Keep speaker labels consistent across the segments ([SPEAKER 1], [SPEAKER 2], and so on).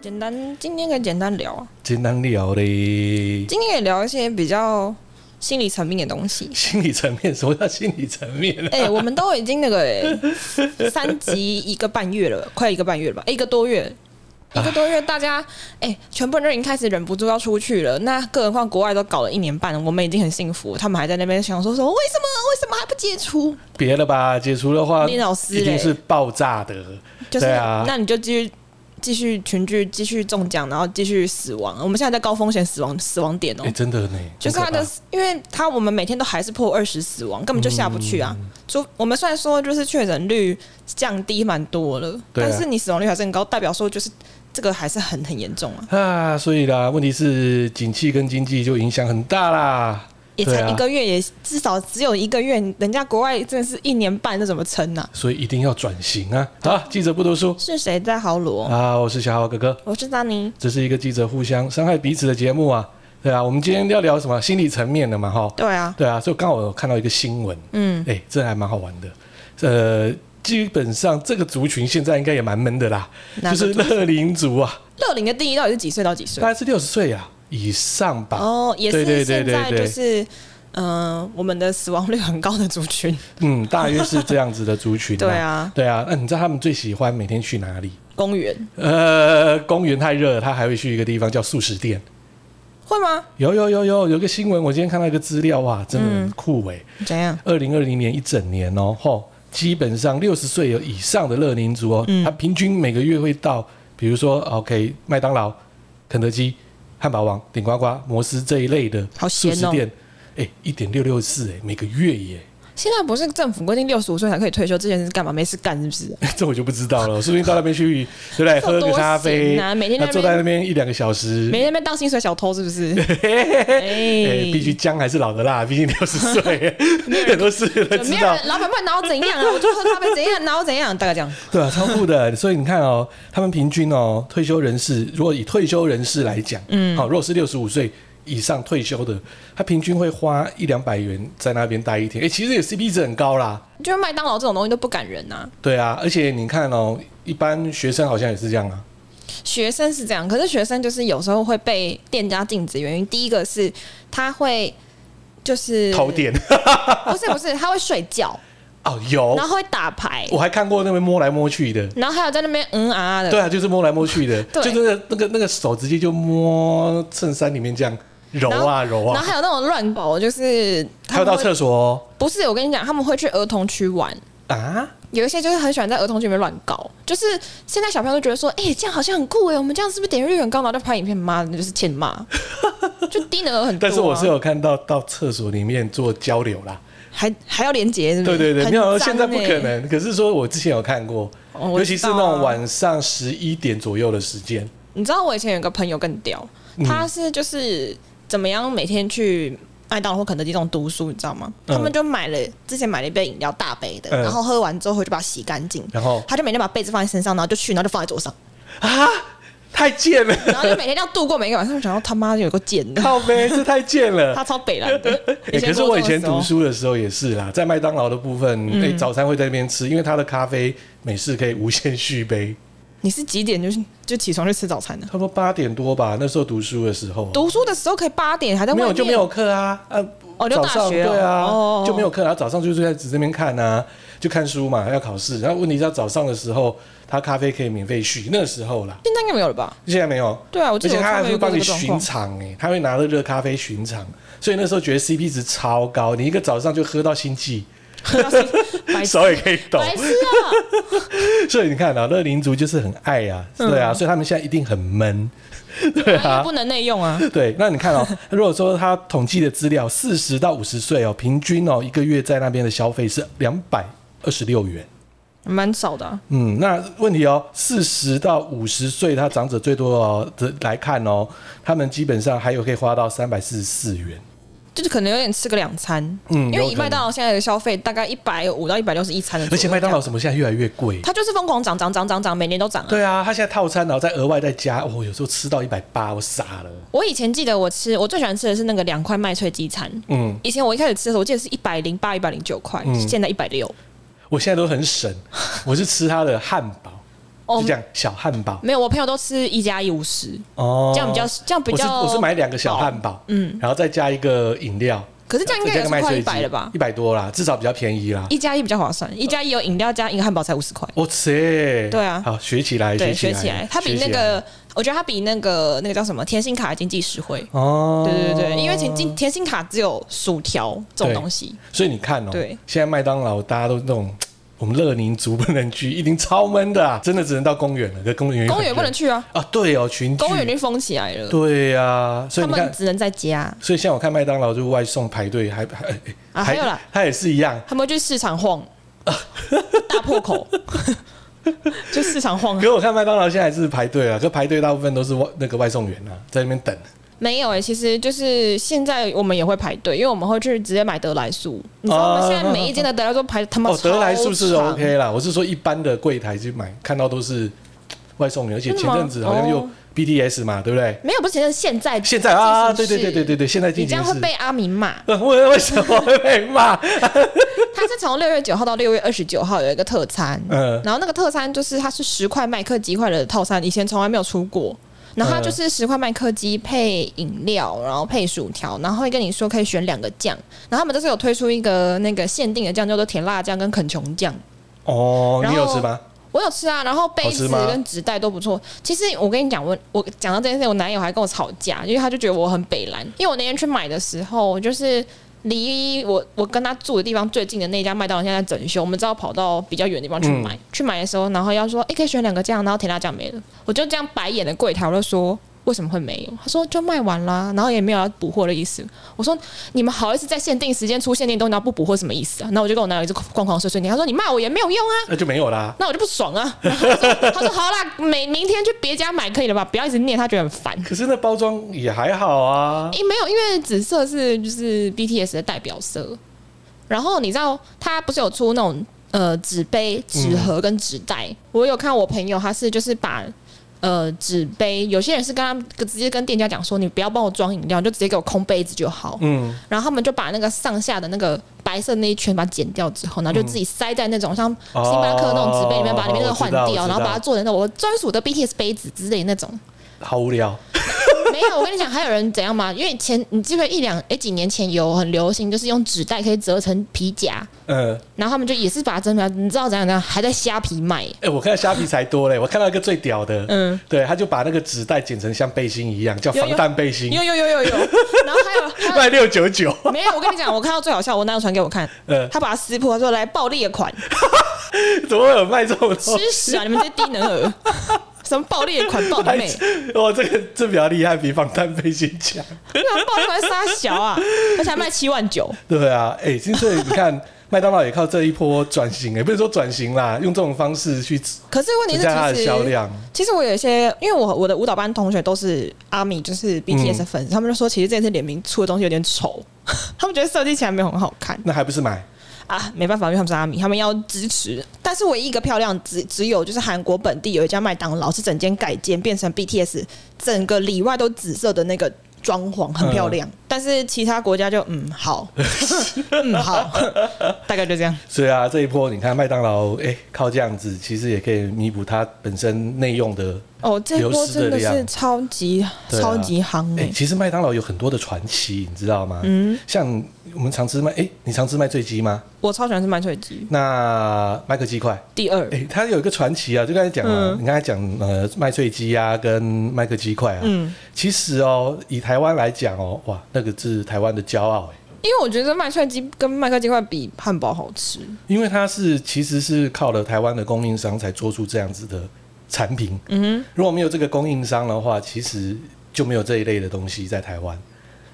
[SPEAKER 1] 简单，今天可以简单聊啊，
[SPEAKER 2] 简单聊嘞。
[SPEAKER 1] 今天可以聊一些比较心理层面的东 西。
[SPEAKER 2] 心理层面，什么叫心理层面呢、
[SPEAKER 1] 哎、我们都已经那个、 欸、三级一个半月了，快一个半月了吧？欸一个多月，一个多月，大家哎、全部人都已经开始忍不住要出去了。那更何况国外都搞了一年半了，我们已经很幸福，他们还在那边想说说为什么为什么还不解除？
[SPEAKER 2] 别了吧，解除的话，
[SPEAKER 1] 林老师嘞欸
[SPEAKER 2] 啊一定是爆炸的。
[SPEAKER 1] 就是、
[SPEAKER 2] 对啊，
[SPEAKER 1] 那你就继续。继续群聚，继续中奖，然后继续死亡。我们现在在高风险死亡死亡点哦、
[SPEAKER 2] 哎、真的呢，
[SPEAKER 1] 就是他
[SPEAKER 2] 很可
[SPEAKER 1] 的
[SPEAKER 2] 怕，
[SPEAKER 1] 因为他我们每天都还是破二十死亡，根本就下不去啊。
[SPEAKER 2] 嗯
[SPEAKER 1] 就我们虽然说就是确诊率降低蛮多了，
[SPEAKER 2] 对啊
[SPEAKER 1] 但是你死亡率还是很高，代表说就是这个还是很很严重啊。
[SPEAKER 2] 啊，所以啦，问题是景气跟经济就影响很大啦。
[SPEAKER 1] 也
[SPEAKER 2] 对
[SPEAKER 1] 才
[SPEAKER 2] 啊
[SPEAKER 1] 一个月，也至少只有一个月，人家国外真的是一年半，这怎么撑呢、
[SPEAKER 2] 所以一定要转型啊！好，记者不读书
[SPEAKER 1] 是谁在豪罗？
[SPEAKER 2] 啊，我是小豪哥哥，
[SPEAKER 1] 我是丹尼。
[SPEAKER 2] 这是一个记者互相伤害彼此的节目啊。对啊，我们今天要聊什么心理层面的嘛，哈。
[SPEAKER 1] 对啊，
[SPEAKER 2] 对啊，所以刚好我有看到一个新闻，
[SPEAKER 1] 嗯，
[SPEAKER 2] 哎、这还蛮好玩的。呃，基本上这个族群现在应该也蛮闷的啦，
[SPEAKER 1] 哪
[SPEAKER 2] 就
[SPEAKER 1] 个
[SPEAKER 2] 是乐龄族啊，
[SPEAKER 1] 乐龄的定义到底是几岁到几岁？
[SPEAKER 2] 大概是六十岁啊以上吧。
[SPEAKER 1] 哦，也
[SPEAKER 2] 对
[SPEAKER 1] 是
[SPEAKER 2] 对对
[SPEAKER 1] 现在
[SPEAKER 2] 对对
[SPEAKER 1] 就是嗯、呃我们的死亡率很高的族群。
[SPEAKER 2] 嗯，大约是这样子的族群、
[SPEAKER 1] 对，啊，
[SPEAKER 2] 对啊。那、你知道他们最喜欢每天去哪里？
[SPEAKER 1] 公园
[SPEAKER 2] 呃，公园太热了，他还会去一个地方叫素食店。
[SPEAKER 1] 会吗？
[SPEAKER 2] 有有有有有个新闻，我今天看到一个资料，哇，真的很酷哎、
[SPEAKER 1] 怎样？
[SPEAKER 2] 二零二零年一整年哦，吼，基本上六十岁有以上的乐龄族哦，
[SPEAKER 1] 嗯
[SPEAKER 2] 他平均每个月会到，比如说 OK 麦当劳、肯德基、汉堡王、顶呱呱、摩斯这一类的
[SPEAKER 1] 好
[SPEAKER 2] 素
[SPEAKER 1] 闲哦
[SPEAKER 2] 食店，哎，一点六六四哎，每个月耶，
[SPEAKER 1] 现在不是政府规定六十五岁才可以退休，之前是干嘛？没事干是不是？
[SPEAKER 2] 这我就不知道了，说不定到那边去， 对不对？
[SPEAKER 1] 这有
[SPEAKER 2] 哎喝
[SPEAKER 1] 多
[SPEAKER 2] 个咖啡
[SPEAKER 1] 闲，啊每天在
[SPEAKER 2] 那
[SPEAKER 1] 那边
[SPEAKER 2] 坐在那边一两个小时，
[SPEAKER 1] 没在那边当薪水小偷是不是？
[SPEAKER 2] 哎，
[SPEAKER 1] 哎
[SPEAKER 2] 必须姜还是老的辣，毕竟六十 岁，很多事 都知
[SPEAKER 1] 哎没有
[SPEAKER 2] 道。
[SPEAKER 1] 人，老板问然后怎样 啊？我就喝咖啡怎样，然后怎样？大概这样。
[SPEAKER 2] 对啊，超酷的。所以你看哦，他们平均哦，退休人士如果以退休人士来讲，嗯，好，如果是六十五岁以上退休的，他平均会花一两百元在那边待一天。哎、其实也 CP 值很高啦。
[SPEAKER 1] 就是麦当劳这种东西都不感人呐、
[SPEAKER 2] 对啊，而且你看哦，一般学生好像也是这样啊。
[SPEAKER 1] 学生是这样，可是学生就是有时候会被店家禁止，原因第一个是他会就是
[SPEAKER 2] 偷，电
[SPEAKER 1] 不是不是，他会睡觉，
[SPEAKER 2] 哦，有
[SPEAKER 1] 然，后会打牌，
[SPEAKER 2] 我还看过那边摸来摸去的。
[SPEAKER 1] 然后还有在那边嗯啊啊的。
[SPEAKER 2] 对啊，就是摸来摸去的，
[SPEAKER 1] 对
[SPEAKER 2] 就那个那个那个手直接就摸衬衫里面这样揉啊揉
[SPEAKER 1] 然
[SPEAKER 2] 啊
[SPEAKER 1] 后，还有那种乱狗，就是
[SPEAKER 2] 还有到
[SPEAKER 1] 他们会
[SPEAKER 2] 厕所哦
[SPEAKER 1] 不是我跟你讲，他们会去儿童区玩，
[SPEAKER 2] 啊，
[SPEAKER 1] 有一些就是很喜欢在儿童区里面乱搞，就是现在小朋友都觉得说，哎、这样好像很酷哎、我们这样是不是点阅率很高？然后就拍影片，妈的，就是欠骂， 就低能儿很多、啊。
[SPEAKER 2] 但是我是有看到到厕所里面做交流啦。
[SPEAKER 1] 还还要连接，是不
[SPEAKER 2] 对
[SPEAKER 1] 是？
[SPEAKER 2] 对对，
[SPEAKER 1] 嗯很
[SPEAKER 2] 没有，
[SPEAKER 1] 脏
[SPEAKER 2] 现在不
[SPEAKER 1] 欸
[SPEAKER 2] 可。能。可是说我之前有看过，
[SPEAKER 1] 哦我
[SPEAKER 2] 尤其
[SPEAKER 1] 知
[SPEAKER 2] 是
[SPEAKER 1] 道
[SPEAKER 2] 那
[SPEAKER 1] 啊
[SPEAKER 2] 种晚上十一点左右的时间，
[SPEAKER 1] 你知道我以前有个朋友更屌，
[SPEAKER 2] 嗯
[SPEAKER 1] 他是就是怎么样每天去麦当劳或肯德基这种读书，你知道吗？
[SPEAKER 2] 嗯
[SPEAKER 1] 他们就买了之前买了一杯饮料大杯的，
[SPEAKER 2] 嗯
[SPEAKER 1] 然后喝完之后回去把它洗干净，
[SPEAKER 2] 然后
[SPEAKER 1] 他就每天把被子放在身上，然后就去，然后就放在桌上，
[SPEAKER 2] 啊，太贱了，
[SPEAKER 1] 然后就每天这样度过每一个晚上。我想到他妈有个贱的，
[SPEAKER 2] 靠呗，这太贱 了。
[SPEAKER 1] 他超北蓝的。
[SPEAKER 2] 欸可是我以前
[SPEAKER 1] 国中
[SPEAKER 2] 读
[SPEAKER 1] 的时候，嗯
[SPEAKER 2] 书的时候也是啦，在麦当劳的部分，哎、早餐会在那边吃，因为它的咖啡美式可以无限续杯，
[SPEAKER 1] 你是几点就是就起床去吃早餐的？
[SPEAKER 2] 差不多八点多吧，那时候读书的时候，
[SPEAKER 1] 读书的时候可以八点，还在外
[SPEAKER 2] 没
[SPEAKER 1] 面
[SPEAKER 2] 有就没有课啊，啊，
[SPEAKER 1] 哦就
[SPEAKER 2] 早
[SPEAKER 1] 大
[SPEAKER 2] 上
[SPEAKER 1] 学哦
[SPEAKER 2] 对啊，
[SPEAKER 1] 哦哦
[SPEAKER 2] 就没有课，然后早上就是在纸这边看啊，就看书嘛，要考试，然后问题是他早上的时候，他咖啡可以免费续，那时候啦，
[SPEAKER 1] 现在应该没有了吧？
[SPEAKER 2] 现在没有，
[SPEAKER 1] 对啊，我
[SPEAKER 2] 而
[SPEAKER 1] 记得
[SPEAKER 2] 且
[SPEAKER 1] 我
[SPEAKER 2] 他
[SPEAKER 1] 从
[SPEAKER 2] 还
[SPEAKER 1] 没
[SPEAKER 2] 会
[SPEAKER 1] 有过
[SPEAKER 2] 帮
[SPEAKER 1] 这
[SPEAKER 2] 你
[SPEAKER 1] 个状
[SPEAKER 2] 巡
[SPEAKER 1] 况。
[SPEAKER 2] 场哎、他会拿着热咖啡巡场，所以那时候觉得 CP 值超高，你一个早上就喝到心悸，
[SPEAKER 1] 白痴啊
[SPEAKER 2] 手也可以抖，
[SPEAKER 1] 白痴啊！
[SPEAKER 2] 所以你看啊，乐龄族就是很爱啊，
[SPEAKER 1] 嗯
[SPEAKER 2] 对啊，所以他们现在一定很闷，对
[SPEAKER 1] 也
[SPEAKER 2] 啊，
[SPEAKER 1] 不能内用啊。
[SPEAKER 2] 对，那你 看哦，如果说他统计的资料，四十到五十岁哦，平均哦一个月在那边的消费是两百二十六元。
[SPEAKER 1] 蛮少的啊、
[SPEAKER 2] 嗯，那问题哦，四十到五十岁，他长者最多哦这来看哦，他们基本上还有可以花到三百四十四元。
[SPEAKER 1] 就是可能有点吃个两餐，
[SPEAKER 2] 嗯
[SPEAKER 1] 因为
[SPEAKER 2] 有
[SPEAKER 1] 以
[SPEAKER 2] 可能
[SPEAKER 1] 麦当劳现在的消费大概一百五到一百六是一餐的左
[SPEAKER 2] 而
[SPEAKER 1] 右，
[SPEAKER 2] 且麦当劳什么现在越来越贵。
[SPEAKER 1] 它就是疯狂涨涨涨涨涨，每年都涨、啊。
[SPEAKER 2] 对啊，他现在套餐然后再额外再加，我、有时候吃到一百八，我傻了。
[SPEAKER 1] 我以前记得我吃我最喜欢吃的是那个两块麦脆鸡餐，
[SPEAKER 2] 嗯，
[SPEAKER 1] 以前我一开始吃的时候，我记得是一百零八、一百零九块，现在一百六。
[SPEAKER 2] 我现在都很省，我是吃他的汉堡，
[SPEAKER 1] 哦
[SPEAKER 2] 就这样小汉堡
[SPEAKER 1] 没有，我朋友都吃一加一五十，
[SPEAKER 2] 哦，
[SPEAKER 1] 这样比较这样比
[SPEAKER 2] 我是
[SPEAKER 1] 较。
[SPEAKER 2] 我是买两个小汉堡，嗯，然后再加一个饮料，
[SPEAKER 1] 可是这样应该
[SPEAKER 2] 再
[SPEAKER 1] 也
[SPEAKER 2] 加个
[SPEAKER 1] 是
[SPEAKER 2] 麦
[SPEAKER 1] 快
[SPEAKER 2] 脆
[SPEAKER 1] 一
[SPEAKER 2] 鸡哦
[SPEAKER 1] 百了吧？
[SPEAKER 2] 一百多啦，至少比较便宜啦。
[SPEAKER 1] 一加一比较划算，一加一有饮料加一个汉堡才五十块。
[SPEAKER 2] 哇塞，
[SPEAKER 1] 对啊
[SPEAKER 2] 好学起来，
[SPEAKER 1] 对，
[SPEAKER 2] 起
[SPEAKER 1] 学
[SPEAKER 2] 来，
[SPEAKER 1] 起来，它比那
[SPEAKER 2] 学起
[SPEAKER 1] 个，我觉得它比那个那个叫什么甜心卡经济实惠。
[SPEAKER 2] 哦，
[SPEAKER 1] 对对对，因为甜心甜心卡只有薯条这种东西，
[SPEAKER 2] 所以你看哦，
[SPEAKER 1] 对
[SPEAKER 2] 现在麦当劳大家都那种，我们乐宁族不能去，一定超闷的、啊，真的只能到公园了。可公园
[SPEAKER 1] 公园不能
[SPEAKER 2] 去
[SPEAKER 1] 去啊，
[SPEAKER 2] 啊，对哦，群聚
[SPEAKER 1] 公园已经封起来了，
[SPEAKER 2] 对呀、所
[SPEAKER 1] 他
[SPEAKER 2] 以你看
[SPEAKER 1] 们，只能在家
[SPEAKER 2] 所以像我看麦当劳就外送排队，还还
[SPEAKER 1] 啊。还有啦，，
[SPEAKER 2] 他也是一样。
[SPEAKER 1] 他们会去市场 晃，大破口， 就市场晃啊
[SPEAKER 2] 可。是我看麦当劳现在还是排队啊，可排队大部分都是外那个外送员啊，在那边等。
[SPEAKER 1] 没有哎、其实就是现在我们也会排队，因为我们会去直接买德来素。你知道吗？
[SPEAKER 2] 啊
[SPEAKER 1] 现在每一间的德来素排他妈
[SPEAKER 2] 哦，德来素是
[SPEAKER 1] 超长
[SPEAKER 2] OK 啦，我是说一般的柜台去买，看到都是外送员，而且
[SPEAKER 1] 真的
[SPEAKER 2] 前
[SPEAKER 1] 吗
[SPEAKER 2] 阵子好像又
[SPEAKER 1] 哦
[SPEAKER 2] BTS 嘛，对不对？
[SPEAKER 1] 没有，不是现在
[SPEAKER 2] 现在啊，
[SPEAKER 1] 进行
[SPEAKER 2] 对对
[SPEAKER 1] 式
[SPEAKER 2] 对对对对，现在
[SPEAKER 1] 你
[SPEAKER 2] 进
[SPEAKER 1] 这
[SPEAKER 2] 行
[SPEAKER 1] 样会
[SPEAKER 2] 式。
[SPEAKER 1] 被阿明骂。
[SPEAKER 2] 为为什么会被骂？
[SPEAKER 1] 他是从六月九号到六月二十九号有一个特餐，
[SPEAKER 2] 嗯
[SPEAKER 1] 然后那个特餐就是它是十块麦克鸡块的套餐，以前从来没有出过。然后它就是十块麦克鸡配饮料，然后配薯条，然后会跟你说可以选两个酱。然后他们这次有推出一个那个限定的酱，叫做甜辣酱跟肯琼酱。
[SPEAKER 2] 哦，
[SPEAKER 1] 然
[SPEAKER 2] 你
[SPEAKER 1] 后
[SPEAKER 2] 有吃吗？
[SPEAKER 1] 我有吃啊，然后杯子
[SPEAKER 2] 好吃吗
[SPEAKER 1] 跟纸袋都不错。其实我跟你讲，我我讲到这件事，我男友还跟我吵架，因为他就觉得我很北蓝。因为我那天去买的时候，就是离我我跟他住的地方最近的那家麦当劳现在在整修，我们只好跑到比较远的地方去
[SPEAKER 2] 嗯
[SPEAKER 1] 买。去买的时候，然后要说，哎、可以选两个酱，然后甜辣酱没了，我就这样白眼的柜台，我就说。为什么会没有？他说就卖完啦，然后也没有要补货的意思。我说你们好意思在限定时间出限定东西，然后不补货什么意思啊？那我就跟我男友一直狂狂碎碎念。他说你骂我也没有用啊，
[SPEAKER 2] 那就没有啦。
[SPEAKER 1] 那我就不爽啊。 然后他说他说好啦，每明天去别家买可以了吧？不要一直念，他觉得很烦。
[SPEAKER 2] 可是那包装也还好啊。
[SPEAKER 1] 诶、没有，因为紫色是就是 BTS 的代表色。然后你知道，他不是有出那种呃纸杯、纸盒跟纸袋？我有看我朋友，他是就是把呃纸杯，有些人是跟他们直接跟店家讲说，你不要帮我装饮料，你就直接给我空杯子就好。
[SPEAKER 2] 嗯，
[SPEAKER 1] 然后他们就把那个上下的那个白色那一圈把它剪掉之后，然后就自己塞在那种像星巴克那种纸杯里面，把里面那个换
[SPEAKER 2] 嗯哦我知
[SPEAKER 1] 掉，
[SPEAKER 2] 道
[SPEAKER 1] 然后把它做成那种我专属的 BTS 杯子之类的那种。
[SPEAKER 2] 好无聊。
[SPEAKER 1] 没有，我跟你讲，还有人怎样吗？因为前你记不记得一两哎几年前有很流行，就是用纸袋可以折成皮夹，
[SPEAKER 2] 嗯，
[SPEAKER 1] 然后他们就也是把它折成皮夹，你知道怎样怎样，还在虾皮 卖。
[SPEAKER 2] 哎，我看到虾皮才多嘞，我看到一个最屌的，
[SPEAKER 1] 嗯
[SPEAKER 2] 嗯，对，他就把那个纸袋剪成像背心一样，叫防弹背心，
[SPEAKER 1] 有有有有有，然后还有还有
[SPEAKER 2] 卖六九九。
[SPEAKER 1] 没有？我跟你讲，我看到最好笑，我男友传给我看，
[SPEAKER 2] 呃，
[SPEAKER 1] 他把它撕破，他说来爆裂款，
[SPEAKER 2] 怎么会有卖这种东
[SPEAKER 1] 吃
[SPEAKER 2] 西？
[SPEAKER 1] 屎啊！你们这些低能儿，什么爆裂款爆你妹！
[SPEAKER 2] 哇，哦这个这比较厉害，比防弹背心强。
[SPEAKER 1] 对啊，爆出来杀小啊，而且还卖七万九。
[SPEAKER 2] 对啊，哎、其实你看 麦当劳也靠这一波转型、也不是说转型啦，用这种方式去增
[SPEAKER 1] 可是问题
[SPEAKER 2] 加它的
[SPEAKER 1] 是，其
[SPEAKER 2] 销
[SPEAKER 1] 实
[SPEAKER 2] 量。
[SPEAKER 1] 其实我有一些，因为我我的舞蹈班同学都是阿米，就是 BTS 的粉丝，他们就说其实这次联名出的东西有点丑， 他们觉得设计起来没有很好看
[SPEAKER 2] 那还不是买？
[SPEAKER 1] 啊，没办法，因为他们是阿米，他们要支持。但是唯一一个漂亮只只有就是韩国本地有一家麦当劳是整间改建变成 BTS，整个里外都紫色的那个。装潢很漂
[SPEAKER 2] 嗯
[SPEAKER 1] 亮，但是其他国家就嗯 好，嗯好，大概就这样。
[SPEAKER 2] 所以啊，这一波你看麦当劳，哎、靠这样子其实也可以弥补它本身内用的。
[SPEAKER 1] 哦，这
[SPEAKER 2] 流
[SPEAKER 1] 波
[SPEAKER 2] 失
[SPEAKER 1] 真
[SPEAKER 2] 的
[SPEAKER 1] 的是
[SPEAKER 2] 量
[SPEAKER 1] 超级、
[SPEAKER 2] 对啊
[SPEAKER 1] 超级夯
[SPEAKER 2] 哎、
[SPEAKER 1] 哎、
[SPEAKER 2] 其实麦当劳有很多的传奇，你知道吗？嗯，像我们常吃麦，哎、你常吃麦脆鸡吗？
[SPEAKER 1] 我超喜欢吃麦脆鸡。
[SPEAKER 2] 那麦克鸡块，
[SPEAKER 1] 第二，
[SPEAKER 2] 哎、它有一个传奇啊，就刚才讲啊，
[SPEAKER 1] 嗯
[SPEAKER 2] 你刚才讲呃麦脆鸡啊，跟麦克鸡块啊，
[SPEAKER 1] 嗯
[SPEAKER 2] 其实哦，以台湾来讲哦，哇，那个是台湾的骄傲、哎。
[SPEAKER 1] 因为我觉得麦脆鸡跟麦克鸡块比汉堡好吃。
[SPEAKER 2] 因为它是其实是靠了台湾的供应商才做出这样子的产品。
[SPEAKER 1] 嗯
[SPEAKER 2] 如果没有这个供应商的话，其实就没有这一类的东西在台湾，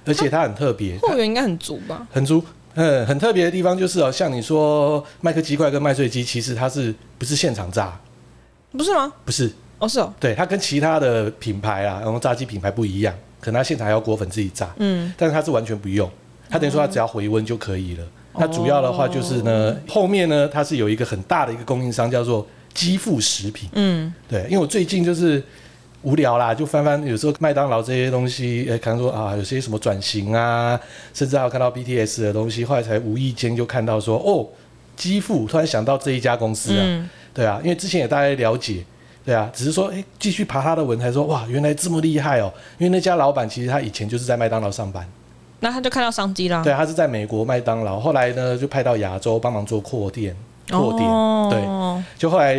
[SPEAKER 2] 而且它很特别
[SPEAKER 1] 哼，，货源应该很足吧？
[SPEAKER 2] 很足。嗯，很特别的地方就是哦，像你说麦克鸡块跟麦脆鸡，其实它是不是现场炸？
[SPEAKER 1] 不是吗？
[SPEAKER 2] 不是，
[SPEAKER 1] 哦，是哦，
[SPEAKER 2] 对，它跟其他的品牌啊，然后炸鸡品牌不一样，可能它现场还要裹粉自己炸。
[SPEAKER 1] 嗯，
[SPEAKER 2] 但是它是完全不用，它等于说它只要回温就可以了。那主要的话就是呢，后面呢它是有一个很大的一个供应商叫做基富食品，
[SPEAKER 1] 嗯，
[SPEAKER 2] 对，因为我最近就是无聊啦，就翻翻有时候麦当劳这些东西，呃，看说啊有些什么转型啊，甚至还有看到 BTS 的东西，后来才无意间就看到说哦，基富突然想到这一家公司啊，
[SPEAKER 1] 嗯
[SPEAKER 2] 对啊，因为之前也大概了解，对啊，只是说，哎、继续爬他的文，才说哇，原来这么厉害哦。因为那家老板其实他以前就是在麦当劳上班，
[SPEAKER 1] 那他就看到商机啦。
[SPEAKER 2] 对，啊他是在美国麦当劳，后来呢就派到亚洲帮忙做扩店，扩店，
[SPEAKER 1] 哦，
[SPEAKER 2] 就后来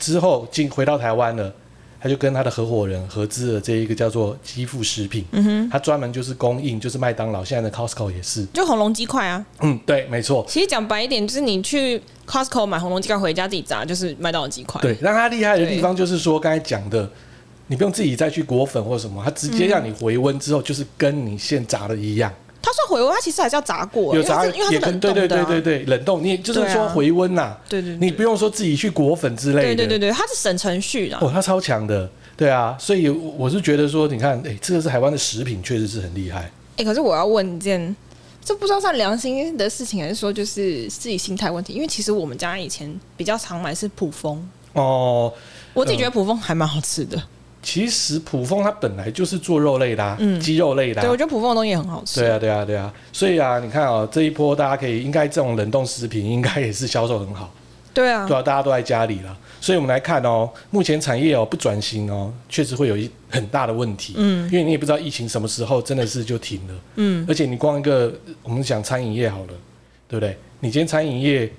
[SPEAKER 2] 之后进回到台湾了，他就跟他的合伙人合资了这一个叫做基富食品，嗯哼，他专门就是供应，就是麦当劳现在的 Costco 也是，
[SPEAKER 1] 就红龙鸡块啊。
[SPEAKER 2] 嗯，对，没错，
[SPEAKER 1] 其实讲白一点，就是你去 Costco 买红龙鸡块回家自己炸，就是麦当劳鸡块。
[SPEAKER 2] 对，让他厉害的地方就是说刚才讲的，你不用自己再去裹粉或什么，他直接让你回温之后，就是跟你现炸的一样，
[SPEAKER 1] 它算回温，它其实还是要炸过，嗯因
[SPEAKER 2] 有
[SPEAKER 1] 为它
[SPEAKER 2] 炸
[SPEAKER 1] 是因为它
[SPEAKER 2] 也
[SPEAKER 1] 是
[SPEAKER 2] 跟
[SPEAKER 1] 冷
[SPEAKER 2] 对
[SPEAKER 1] 冻的、
[SPEAKER 2] 对
[SPEAKER 1] 啊。
[SPEAKER 2] 对对对，冷冻你也就是
[SPEAKER 1] 对啊
[SPEAKER 2] 说回温呐、
[SPEAKER 1] 对对对
[SPEAKER 2] 你不用说自己去裹粉之类的，
[SPEAKER 1] 对对对对，它是省程序啦。
[SPEAKER 2] 哦，他超强的，对啊，所以我我是觉得说，你看，哎、这个是台湾的食品，确实是很厉害。
[SPEAKER 1] 哎、可是我要问一件，这不知道算良心的事情，还是说就是自己心态问题？因为其实我们家以前比较常买是普丰，
[SPEAKER 2] 哦，
[SPEAKER 1] 我自己觉得普丰还蛮好吃的。
[SPEAKER 2] 嗯其实普丰它本来就是做肉类的、啊，
[SPEAKER 1] 嗯
[SPEAKER 2] 鸡肉类的、
[SPEAKER 1] 对，我
[SPEAKER 2] 啊。
[SPEAKER 1] 觉得普丰的东西也很好吃。
[SPEAKER 2] 对啊，对啊，对啊，所以啊，你看啊、这一波大家可以应该这种冷冻食品应该也是销售很好，
[SPEAKER 1] 对啊，
[SPEAKER 2] 对啊，大家都在家里了，所以我们来看哦，目前产业哦不转型哦，确实会有一很大的问题，嗯，因为你也不知道疫情什么时候真的是就停了，嗯，而且你光一个我们讲餐饮业好了，对不对？你今天餐饮业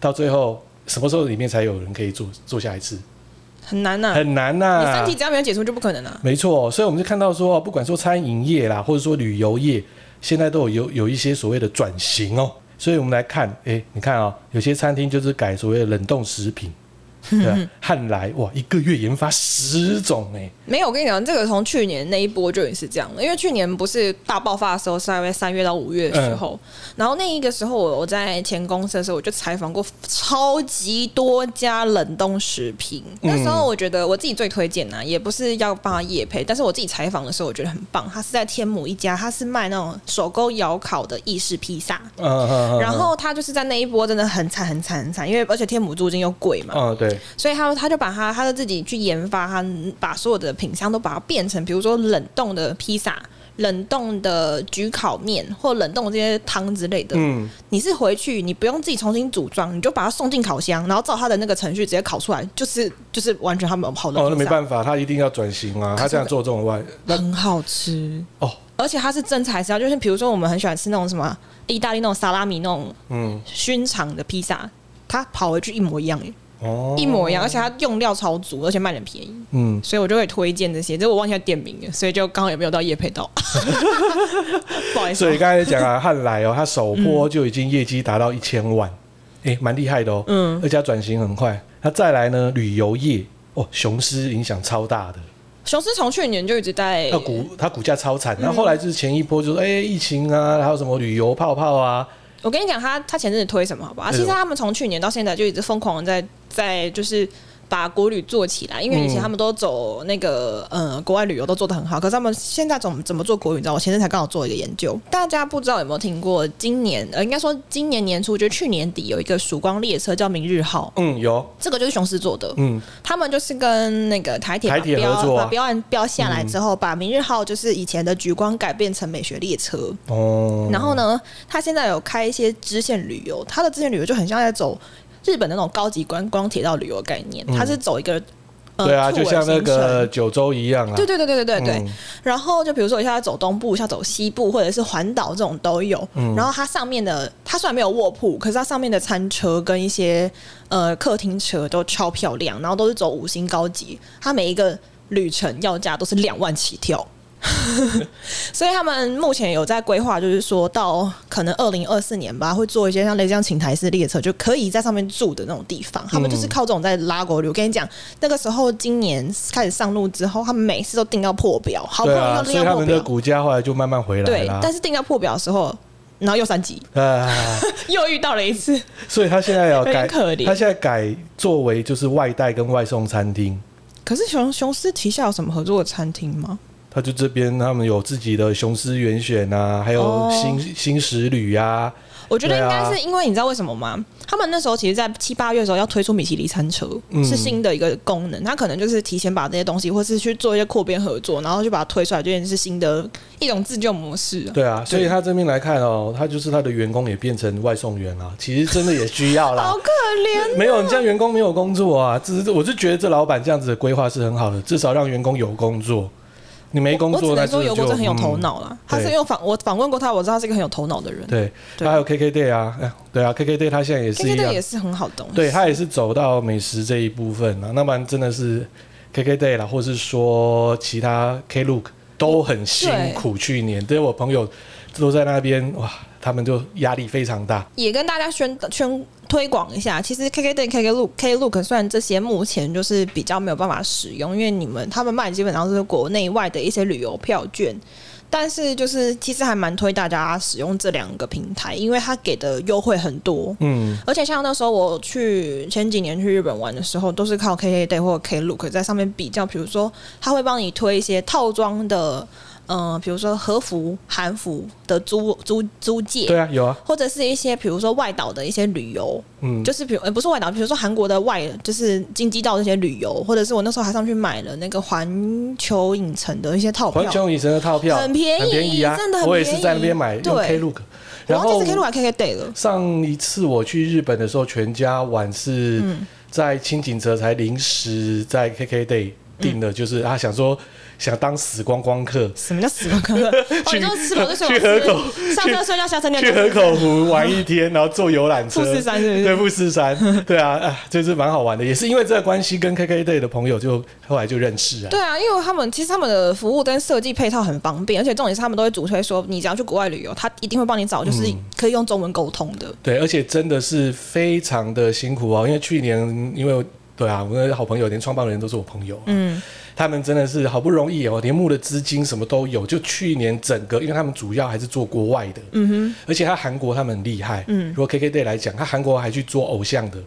[SPEAKER 2] 到最后什么时候里面才有人可以做做下一次？
[SPEAKER 1] 很难呐、
[SPEAKER 2] 很难啊
[SPEAKER 1] 嗯
[SPEAKER 2] 呐、
[SPEAKER 1] 你三体只要没有解除就不可能啊。
[SPEAKER 2] 没错，所以我们就看到说，不管说餐饮业啦，或者说旅游业，现在都有有有一些所谓的转型哦。所以我们来看，哎、你看啊、有些餐厅就是改所谓的冷冻食品，对 啊，汉来哇，一个月研发十种哎、
[SPEAKER 1] 没有，我跟你讲，这个从去年那一波就已经是这样了，因为去年不是大爆发的时候是大概三月到五月的时候，然后那一个时候我我在前公司的时候，我就采访过超级多家冷冻食品。那时候我觉得我自己最推荐呐、啊也不是要帮他夜配，但是我自己采访的时候我觉得很棒，它是在天母一家，它是卖那种手工窑烤的意式披萨，
[SPEAKER 2] 嗯嗯嗯，
[SPEAKER 1] 然后他就是在那一波真的很惨很惨很惨，因为而且天母租金又贵嘛，
[SPEAKER 2] 嗯对，
[SPEAKER 1] 所以他他就把他他就自己去研发，他把所有的品相都把它变成，比如说冷冻的披萨、冷冻的焗烤面或冷冻这些汤之类的。
[SPEAKER 2] 嗯，
[SPEAKER 1] 你是回去你不用自己重新组装，你就把它送进烤箱，然后照它的那个程序直接烤出来，就是就是完全他们好的披萨，
[SPEAKER 2] 哦，那没办法，他一定要转型啊，他这样做这种外，那
[SPEAKER 1] 很好吃
[SPEAKER 2] 哦。
[SPEAKER 1] 而且它是真材实料，就是比如说我们很喜欢吃那种什么意大利那种萨拉米那种
[SPEAKER 2] 嗯
[SPEAKER 1] 熏肠的披萨，它跑回去一模一样耶，
[SPEAKER 2] 哦，
[SPEAKER 1] 一模一样，而且它用料超足，而且卖的便宜。
[SPEAKER 2] 嗯，
[SPEAKER 1] 所以我就会推荐这些。这我忘记了店名了，所以就刚好也没有到夜配到， 不好意思
[SPEAKER 2] 所
[SPEAKER 1] 啊。
[SPEAKER 2] 以刚才讲啊，汉来哦，他首波就已经业绩达到一千万，哎、蛮厉害的哦。
[SPEAKER 1] 嗯，
[SPEAKER 2] 而且它转型很快。那再来呢，旅游业哦，雄狮影响超大的，
[SPEAKER 1] 雄狮从去年就一直在
[SPEAKER 2] 它股它股价超
[SPEAKER 1] 嗯
[SPEAKER 2] 惨。那后来就是前一波就是哎、疫情啊，还有什么旅游泡泡啊，
[SPEAKER 1] 我跟你讲，他他前阵子推什么好不好？啊
[SPEAKER 2] 对
[SPEAKER 1] 其实他们从去年到现在就一直疯狂地在在就是把国旅做起来，因为以前
[SPEAKER 2] 嗯
[SPEAKER 1] 他们都走那个呃国外旅游都做得很好，可是他们现在怎么怎么做国旅？你知道，我前阵才刚好做了一个研究，大家不知道有没有听过？今年呃，应该说今年年初，就是去年底有一个曙光列车叫明日号，
[SPEAKER 2] 嗯，有，
[SPEAKER 1] 这个就是雄狮做的，
[SPEAKER 2] 嗯，
[SPEAKER 1] 他们就是跟那个台铁把
[SPEAKER 2] 台铁
[SPEAKER 1] 标
[SPEAKER 2] 合作啊
[SPEAKER 1] 把标案标下来之后，把明日号就是以前的橘光改变成美学列车。
[SPEAKER 2] 哦，
[SPEAKER 1] 然后呢，他现在有开一些支线旅游，他的支线旅游就很像在走日本的那种高级观光铁道旅游概念，他是走一个呃
[SPEAKER 2] 嗯对啊，
[SPEAKER 1] tour
[SPEAKER 2] 就像那个
[SPEAKER 1] 行程。
[SPEAKER 2] 九州一样啊
[SPEAKER 1] 对，对对对对对对，
[SPEAKER 2] 嗯
[SPEAKER 1] 然后就比如说一下走东部，一下走西部，或者是环岛这种都有。然后它上面的，它虽然没有卧铺，可是它上面的餐车跟一些呃客厅车都超漂亮，然后都是走五星高级，它每一个旅程要价都是两万起跳。所以他们目前有在规划，就是说到可能二零二四年吧，会做一些像类似像请台式列车，就可以在上面住的那种地方。他们就是靠这种在拉国旅。我跟你讲，那个时候今年开始上路之后，他们每次都定到破表，好不
[SPEAKER 2] 对
[SPEAKER 1] 容易
[SPEAKER 2] 啊，
[SPEAKER 1] 要
[SPEAKER 2] 所以
[SPEAKER 1] 定
[SPEAKER 2] 他
[SPEAKER 1] 到破
[SPEAKER 2] 们的
[SPEAKER 1] 表。
[SPEAKER 2] 股价后来就慢慢回来
[SPEAKER 1] 对
[SPEAKER 2] 啦，。
[SPEAKER 1] 但是定到破表的时候，然后又三级，
[SPEAKER 2] 啊，
[SPEAKER 1] 又遇到了一次。
[SPEAKER 2] 所以他现 在要
[SPEAKER 1] 有
[SPEAKER 2] 改，
[SPEAKER 1] 点可怜
[SPEAKER 2] 他现在改作为就是外带跟外送餐厅，
[SPEAKER 1] 可是雄雄狮旗下有什么合作的餐厅吗？
[SPEAKER 2] 他就这边他们有自己的雄狮原选啊，还有
[SPEAKER 1] 哦
[SPEAKER 2] 新新石旅啊，
[SPEAKER 1] 我觉得应
[SPEAKER 2] 对
[SPEAKER 1] 该
[SPEAKER 2] 啊
[SPEAKER 1] 是因为你知道为什么吗？他们那时候其实，在七八月的时候要推出米其林餐车，
[SPEAKER 2] 嗯
[SPEAKER 1] 是新的一个功能。他可能就是提前把这些东西，或是去做一些扩编合作，然后就把它推出来，就变成是新的一种自救模式啊。
[SPEAKER 2] 对啊，所以他这边来看哦，他就是他的员工也变成外送员啦，其实真的也需 要啦
[SPEAKER 1] 好。可怜，哦
[SPEAKER 2] 没有，你这样员工没有工作啊，只是我就觉得这老板这样子的规划是很好的，至少让员工有工作。你没工
[SPEAKER 1] 我只
[SPEAKER 2] 作，那
[SPEAKER 1] 能说
[SPEAKER 2] 这
[SPEAKER 1] 尤
[SPEAKER 2] 个
[SPEAKER 1] 国
[SPEAKER 2] 就
[SPEAKER 1] 真很有头
[SPEAKER 2] 嗯
[SPEAKER 1] 脑啦。他是
[SPEAKER 2] 对
[SPEAKER 1] 因为访我访问过他，我知道他是一个很有头脑的人。
[SPEAKER 2] 对，
[SPEAKER 1] 对
[SPEAKER 2] 还有 KKday 啊，哎对啊，KKday 他现在也是
[SPEAKER 1] K K
[SPEAKER 2] 一样啊
[SPEAKER 1] 的也，是很好东西。
[SPEAKER 2] 对他也是走到美食这一部分啊，那么真的是 KKday 啦，或是说其他 Klook 都很辛苦，去年对我朋友都在那边哇，他们就压力非常大，
[SPEAKER 1] 也跟大家宣宣推广一下，其实 KK 店、KK Look、K Look 虽然这些目前就是比较没有办法使用，因为你们他们卖基本上是国内外的一些旅游票券，但是就是其实还蛮推大家使用这两个平台，因为它给的优惠很多。
[SPEAKER 2] 嗯，
[SPEAKER 1] 而且像那时候我去前几年去日本玩的时候，都是靠 KK Day 或 K Look 在上面比较，比如说他会帮你推一些套装的，呃，比如说和服、韩服的租租租借，
[SPEAKER 2] 对啊，有啊，
[SPEAKER 1] 或者是一些比如说外岛的一些旅游，
[SPEAKER 2] 嗯，
[SPEAKER 1] 就是比如、呃、不是外岛，比如说韩国的外就是京畿道这些旅游，或者是我那时候还上去买了那个环球影城的一些套票，
[SPEAKER 2] 环球影城的套票
[SPEAKER 1] 很便宜
[SPEAKER 2] 很便宜啊，
[SPEAKER 1] 真的很
[SPEAKER 2] 我也是在
[SPEAKER 1] 便
[SPEAKER 2] 那
[SPEAKER 1] 宜
[SPEAKER 2] 边买用
[SPEAKER 1] 对
[SPEAKER 2] Klook，
[SPEAKER 1] 然
[SPEAKER 2] 然
[SPEAKER 1] 后
[SPEAKER 2] 后
[SPEAKER 1] 这次 K 路还 K K Day 了，
[SPEAKER 2] 上一次我去日本的时候，全家晚是
[SPEAKER 1] 嗯
[SPEAKER 2] 在清景泽才临时在 KKday
[SPEAKER 1] 嗯
[SPEAKER 2] 订的，就是啊想说想当死光光客，
[SPEAKER 1] 什么叫死 光客？哦，
[SPEAKER 2] 去
[SPEAKER 1] 你就吃饱就睡，
[SPEAKER 2] 去河口
[SPEAKER 1] 上车睡觉，下车尿
[SPEAKER 2] 去河口湖玩一天，然后坐游览车
[SPEAKER 1] 富。士山是不
[SPEAKER 2] 对
[SPEAKER 1] 是？
[SPEAKER 2] 富士山， 对啊，啊，就是蛮好玩的，也是因为这个关系，跟 KKday 的朋友就后来就认识啊。
[SPEAKER 1] 对啊，因为他们其实他们的服务跟设计配套很方便，而且重点是他们都会主推说，你只要去国外旅游，他一定会帮你找就是可以用中文沟通的。
[SPEAKER 2] 对，而且真的是非常的辛苦哦，因为去年因为我对啊，我的好朋友连创办人都是我朋友，啊
[SPEAKER 1] 嗯，
[SPEAKER 2] 他们真的是好不容易哦，连募的资金什么都有，就去年整个，因为他们主要还是做国外的，嗯哼，而且他韩国他们很厉害，嗯，如果 KKday 来讲，他韩国还去做偶像的，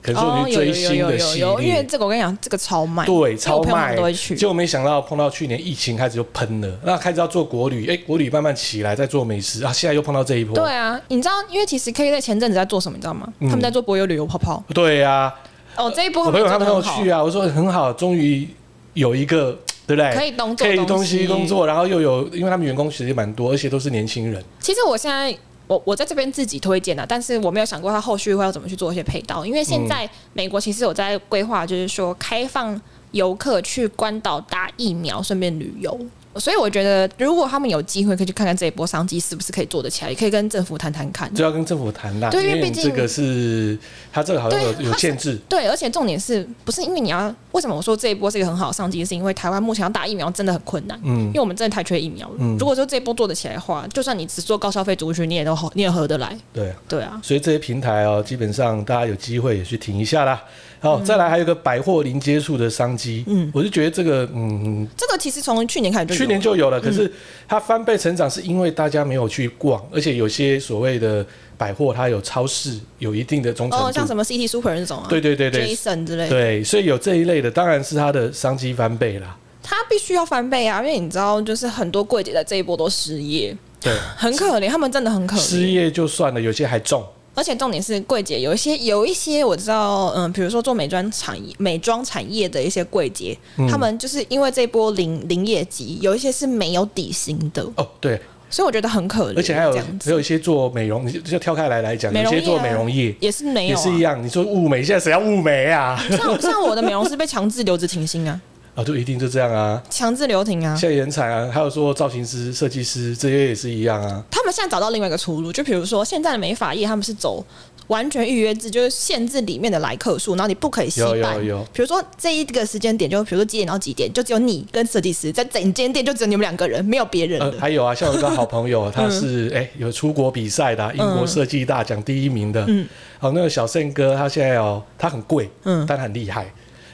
[SPEAKER 2] 可能说
[SPEAKER 1] 哦，
[SPEAKER 2] 你
[SPEAKER 1] 有
[SPEAKER 2] 去追
[SPEAKER 1] 有
[SPEAKER 2] 星
[SPEAKER 1] 有
[SPEAKER 2] 的
[SPEAKER 1] 有
[SPEAKER 2] 系
[SPEAKER 1] 有，因为
[SPEAKER 2] 列。
[SPEAKER 1] 这个我跟你讲，这个超卖，
[SPEAKER 2] 对，
[SPEAKER 1] 因为我
[SPEAKER 2] 超
[SPEAKER 1] 朋友他
[SPEAKER 2] 卖
[SPEAKER 1] 们都会去，
[SPEAKER 2] 结果没想到碰到去年疫情开始就喷了，那开始要做国旅，哎、国旅慢慢起来，在做美食啊，现在又碰到这一波，
[SPEAKER 1] 对啊，你知道，因为其实 K 在前阵子在做什么，你知道吗？
[SPEAKER 2] 嗯
[SPEAKER 1] 他们在做博友旅游泡泡。
[SPEAKER 2] 对啊，
[SPEAKER 1] 哦，这一波
[SPEAKER 2] 我朋友他们要
[SPEAKER 1] 有
[SPEAKER 2] 去啊，我说很好，终于有一个对不对？
[SPEAKER 1] 可以动作
[SPEAKER 2] 哎可以东
[SPEAKER 1] 西
[SPEAKER 2] 西工。作，然后又有，因为他们员工其实蛮多，而且都是年轻人。
[SPEAKER 1] 其实我现在。我我在这边自己推荐的，但是我没有想过他后续会要怎么去做一些配套，因为现
[SPEAKER 2] 嗯
[SPEAKER 1] 在美国其实有在规划，就是说开放游客去关岛打疫苗，顺便旅游。所以我觉得，如果他们有机会，可以去看看这一波商机是不是可以做得起来，也可以跟政府谈谈看。
[SPEAKER 2] 就要跟政府谈啦，
[SPEAKER 1] 对因为
[SPEAKER 2] 因为
[SPEAKER 1] 毕
[SPEAKER 2] 你
[SPEAKER 1] 竟
[SPEAKER 2] 这个是他这个好像有
[SPEAKER 1] 对
[SPEAKER 2] 有
[SPEAKER 1] 它是
[SPEAKER 2] 限制，
[SPEAKER 1] 对，而且重点是不是因为你要？为什么我说这一波是一个很好的商机？是因为台湾目前要打疫苗真的很困难，
[SPEAKER 2] 嗯
[SPEAKER 1] 因为我们真的太缺疫苗了。
[SPEAKER 2] 嗯
[SPEAKER 1] 如果说这一波做得起来的话，就算你只做高消费族群，你也都合，你也合得来。
[SPEAKER 2] 对。
[SPEAKER 1] 对啊，
[SPEAKER 2] 所以这些平台哦，基本上大家有机会也去停一下啦。
[SPEAKER 1] 嗯
[SPEAKER 2] 好，再来还有一个百货零接触的商机，嗯，我就觉得这个，嗯，
[SPEAKER 1] 这个其实从去年开始就有嗯
[SPEAKER 2] 去年就有了，可是它翻倍成长是因为大家没有去逛，而且有些所谓的百货它有超市，有一定的忠
[SPEAKER 1] 哦，
[SPEAKER 2] 诚
[SPEAKER 1] 像
[SPEAKER 2] 度，
[SPEAKER 1] 什么 CT Super 那种啊，
[SPEAKER 2] 对对对对
[SPEAKER 1] Jason 之类的，
[SPEAKER 2] 对，所以有这一类的，当然是它的商机翻倍啦。
[SPEAKER 1] 他必须要翻倍啊，因为你知道，就是很多柜姐在这一波都失业，
[SPEAKER 2] 对，
[SPEAKER 1] 很可怜，他们真的很可怜
[SPEAKER 2] 失。业就算了，有些还中。
[SPEAKER 1] 而且重点是，柜姐有一些有一些我知道，嗯，比如说做美妆产业、美妆产业的一些柜姐，
[SPEAKER 2] 嗯
[SPEAKER 1] 他们就是因为这波零零业绩，有一些是没有底薪的，
[SPEAKER 2] 哦，对，
[SPEAKER 1] 所以我觉得很可怜。
[SPEAKER 2] 而且还有
[SPEAKER 1] 这样
[SPEAKER 2] 还有
[SPEAKER 1] 子
[SPEAKER 2] 一些做美容，你就就跳开来来讲，
[SPEAKER 1] 美
[SPEAKER 2] 有
[SPEAKER 1] 容业啊
[SPEAKER 2] 些做美容业
[SPEAKER 1] 也是没
[SPEAKER 2] 也
[SPEAKER 1] 有、
[SPEAKER 2] 是一
[SPEAKER 1] 啊，
[SPEAKER 2] 样。你说物美，现在谁要物美啊？
[SPEAKER 1] 像像我的美容师被强制留职停薪啊，
[SPEAKER 2] 啊，就一定就这样啊。
[SPEAKER 1] 强制留停啊。
[SPEAKER 2] 现在人才啊，还有说造型师、设计师这些也是一样啊。
[SPEAKER 1] 他们现在找到另外一个出路，就比如说现在的美发业，他们是走完全预约制，就是限制里面的来客数，然后你不可以惜
[SPEAKER 2] 有
[SPEAKER 1] 办。
[SPEAKER 2] 有有
[SPEAKER 1] 比如说这一个时间点，就比如说几点到几点，就只有你跟设计师，在整间店就只有你们两个人，没有别人
[SPEAKER 2] 呃
[SPEAKER 1] 了。，
[SPEAKER 2] 还有啊，像我一个好朋
[SPEAKER 1] 嗯
[SPEAKER 2] 友，他是哎、有出国比赛的啊、英国设计大奖第一名的。嗯，哦，那个小盛哥，他现在哦，他很贵，嗯，但很厉害，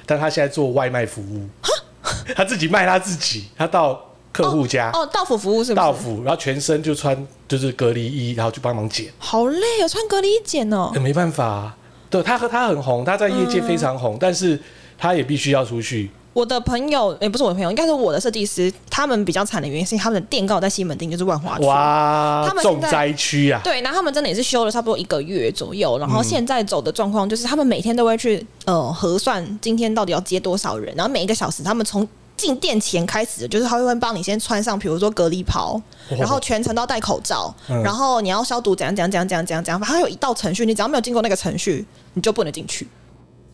[SPEAKER 2] 但他现在做外卖服务， 他自己卖他自己，他到客户家。
[SPEAKER 1] 哦，到府服务是不
[SPEAKER 2] 呃到
[SPEAKER 1] 是？
[SPEAKER 2] 府，然后全身就穿就是隔离衣，然后去帮忙剪。
[SPEAKER 1] 好累哦，穿隔离剪哦
[SPEAKER 2] 欸、。没
[SPEAKER 1] 嗯
[SPEAKER 2] 办法、啊，对他和他很红，他在业界非常红，但是他也必须要出去，
[SPEAKER 1] 我的朋友，也、不是我的朋友，应该是我的设计师，他们比较惨的原因是因为他们的店刚好在西门町，就是万华区。
[SPEAKER 2] 哇
[SPEAKER 1] 啊他，们现在
[SPEAKER 2] 重灾区啊！
[SPEAKER 1] 对，然后他们真的也是修了差不多一个月左右，然后现在走的状况就是他们每天都会去呃核算今天到底要接多少人，然后每一个小时他们从。进店前开始，就是他会帮你先穿上，比如说隔离袍，
[SPEAKER 2] 哦
[SPEAKER 1] 然后全程都要戴口罩，
[SPEAKER 2] 嗯
[SPEAKER 1] 然后你要消毒，怎样怎样怎样怎样怎样怎样，反正它有一道程序，你只要没有经过那个程序，你就不能进去。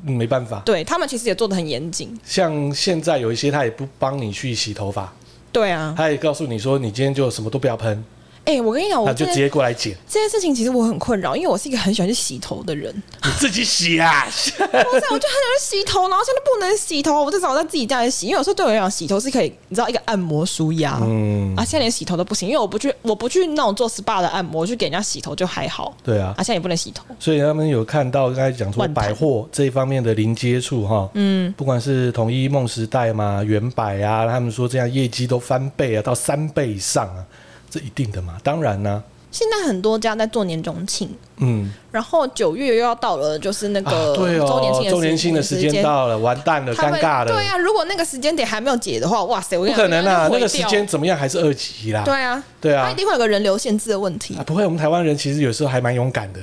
[SPEAKER 2] 嗯没办法，
[SPEAKER 1] 对他们其实也做的很严谨。
[SPEAKER 2] 像现在有一些他也不帮你去洗头发，
[SPEAKER 1] 对啊，
[SPEAKER 2] 他也告诉你说你今天就什么都不要喷，
[SPEAKER 1] 哎、我跟你讲，我
[SPEAKER 2] 他就
[SPEAKER 1] 这
[SPEAKER 2] 直
[SPEAKER 1] 件
[SPEAKER 2] 接过来剪，
[SPEAKER 1] 这件事情其实我很困扰，因为我是一个很喜欢去洗头的人。
[SPEAKER 2] 你自己 洗啊！
[SPEAKER 1] 不是，我就很想去洗头，然后现在不能洗头，我就找在自己家里洗。因为有时候对我来讲，洗头是可以，你知道一个按摩舒压，
[SPEAKER 2] 嗯
[SPEAKER 1] 啊，，现在连洗头都不行，因为我不去，我不去那种做 SPA 的按摩，我去给人家洗头就还好。
[SPEAKER 2] 对啊
[SPEAKER 1] 啊，，现在也不能洗头，
[SPEAKER 2] 所以他们有看到刚才讲说
[SPEAKER 1] 万谈
[SPEAKER 2] 百货这一方面的零接触哈，嗯，不管是统一梦时代嘛、原百啊，他们说这样业绩都翻倍啊，到三倍以上啊，这一定的嘛，当然呢、
[SPEAKER 1] 现在很多家在做年终庆。
[SPEAKER 2] 嗯，
[SPEAKER 1] 然后九月又要到了，就是那
[SPEAKER 2] 啊
[SPEAKER 1] 个
[SPEAKER 2] 对哦，
[SPEAKER 1] 周年庆的
[SPEAKER 2] 周年庆的时间到了，完蛋了，
[SPEAKER 1] 他
[SPEAKER 2] 尴
[SPEAKER 1] 们
[SPEAKER 2] 尬了，
[SPEAKER 1] 对啊，如果那个时间点还没有解的话，哇塞，我
[SPEAKER 2] 不
[SPEAKER 1] 跟你
[SPEAKER 2] 可
[SPEAKER 1] 讲
[SPEAKER 2] 能
[SPEAKER 1] 人家就
[SPEAKER 2] 啊，那
[SPEAKER 1] 毁
[SPEAKER 2] 个时
[SPEAKER 1] 掉
[SPEAKER 2] 间怎么样还是二级啦，
[SPEAKER 1] 对啊，
[SPEAKER 2] 对
[SPEAKER 1] 它
[SPEAKER 2] 啊
[SPEAKER 1] 一。定会有个人流限制的问 题
[SPEAKER 2] 啊，，不会，我们台湾人其实有时候还蛮勇 敢的。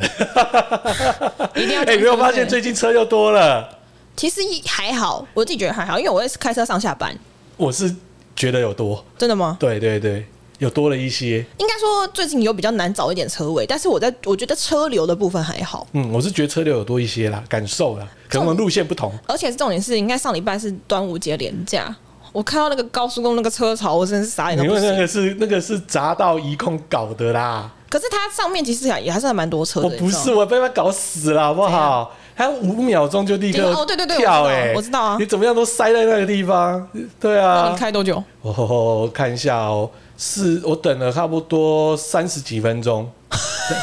[SPEAKER 1] 一定要。
[SPEAKER 2] 哎、有没有发现最近车又多了？
[SPEAKER 1] 其实还好，我自己觉得还好，因为我也是开车上下班。
[SPEAKER 2] 我是觉得有多，
[SPEAKER 1] 真的吗？
[SPEAKER 2] 对对对，有多了一些。
[SPEAKER 1] 应该说最近有比较难找一点车位，但是我在我觉得车流的部分还好，
[SPEAKER 2] 嗯，我是觉得车流有多一些啦，感受啦，可能我们路线不同。
[SPEAKER 1] 而且重点是，应该上礼拜是端午节连假，我看到那个高速公路那个车潮，我真的是傻眼
[SPEAKER 2] 你
[SPEAKER 1] 到哎不
[SPEAKER 2] 问那
[SPEAKER 1] 行。
[SPEAKER 2] 个是那个是砸到一控搞的啦，
[SPEAKER 1] 可是它上面其实也还是还蛮多车的，
[SPEAKER 2] 我哦不
[SPEAKER 1] 你知
[SPEAKER 2] 是
[SPEAKER 1] 道吗
[SPEAKER 2] 我被他搞死了，好不好？他五秒钟就立刻
[SPEAKER 1] 对哦对对对
[SPEAKER 2] 跳
[SPEAKER 1] 我知道
[SPEAKER 2] 哎、
[SPEAKER 1] 我知道啊
[SPEAKER 2] 你怎么样都塞在那个地方，对
[SPEAKER 1] 那你
[SPEAKER 2] 啊。
[SPEAKER 1] 开多久？
[SPEAKER 2] 哦吼吼，我看一下哦，是我等了差不多三十几分 钟。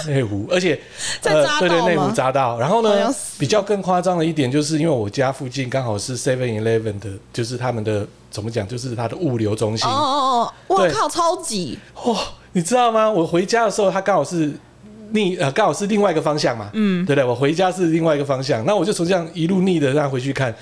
[SPEAKER 2] 在内湖，而且呃
[SPEAKER 1] 在匝
[SPEAKER 2] 对对，
[SPEAKER 1] 道
[SPEAKER 2] 内湖
[SPEAKER 1] 吗
[SPEAKER 2] 匝道。然后
[SPEAKER 1] 好像
[SPEAKER 2] 呢
[SPEAKER 1] 是，
[SPEAKER 2] 比较更夸张的一点，就是因为我家附近刚好是 Seven Eleven 的，就是他们的怎么讲，就是它的物流中心。
[SPEAKER 1] 哦哦哦，我
[SPEAKER 2] 对
[SPEAKER 1] 靠，超级
[SPEAKER 2] 哇、你知道吗？我回家的时候，它刚好是逆呃，刚好是另外一个方向嘛，嗯，对不对？我回家是另外一个方向，那我就从这样一路逆的让回去看，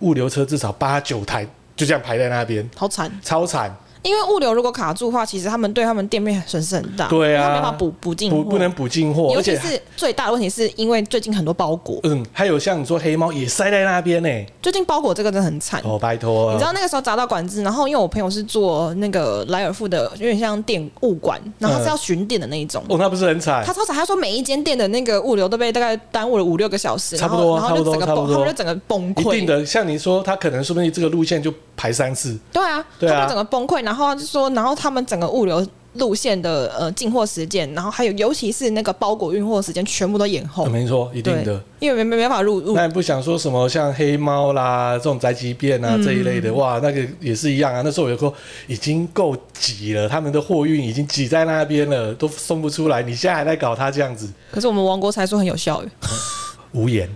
[SPEAKER 2] 物流车至少八九台就这样排在那边，
[SPEAKER 1] 好惨，
[SPEAKER 2] 超惨，
[SPEAKER 1] 因为物流如果卡住的话，其实他们对他们店面损失很大，
[SPEAKER 2] 对啊
[SPEAKER 1] 因为他没办法补补进
[SPEAKER 2] 不
[SPEAKER 1] 货，
[SPEAKER 2] 不能补进货，
[SPEAKER 1] 尤
[SPEAKER 2] 而
[SPEAKER 1] 其
[SPEAKER 2] 且
[SPEAKER 1] 是最大的问题是因为最近很多包裹，
[SPEAKER 2] 嗯，还有像你说黑猫也塞在那边呢、
[SPEAKER 1] 最近包裹这个真的很惨，
[SPEAKER 2] 哦，拜托，
[SPEAKER 1] 你知道那个时候砸到管制，然后因为我朋友是做那个莱尔富的，有点像店物管，然后他是要巡店的那一种。
[SPEAKER 2] 哦，那不是很惨
[SPEAKER 1] 他，超惨，他说每一间店的那个物流都被大概耽误了五六个小时，
[SPEAKER 2] 差
[SPEAKER 1] 然
[SPEAKER 2] 不
[SPEAKER 1] 后
[SPEAKER 2] 多
[SPEAKER 1] 然后就
[SPEAKER 2] 差不多
[SPEAKER 1] 整个
[SPEAKER 2] 差不
[SPEAKER 1] 崩，
[SPEAKER 2] 多
[SPEAKER 1] 他们就整个崩
[SPEAKER 2] 一定
[SPEAKER 1] 溃。
[SPEAKER 2] 的，像你说，他可能说不定这个路线就排三次，
[SPEAKER 1] 对啊，
[SPEAKER 2] 对啊
[SPEAKER 1] 他们整个崩溃，然后他就说，然后他们整个物流路线的呃进货时间，然后还有尤其是那个包裹运货时间，全部都延后。
[SPEAKER 2] 没错，一定
[SPEAKER 1] 对
[SPEAKER 2] 的。，
[SPEAKER 1] 因为没没办法入入
[SPEAKER 2] 那也不想说什么像黑猫啦这种宅急便
[SPEAKER 1] 嗯
[SPEAKER 2] 啊这一类的，哇，那个也是一样啊。那时候有个已经够挤了，他们的货运已经挤在那边了，都送不出来。你现在还在搞他这样子，
[SPEAKER 1] 可是我们王国才说很有效，欸
[SPEAKER 2] 无言。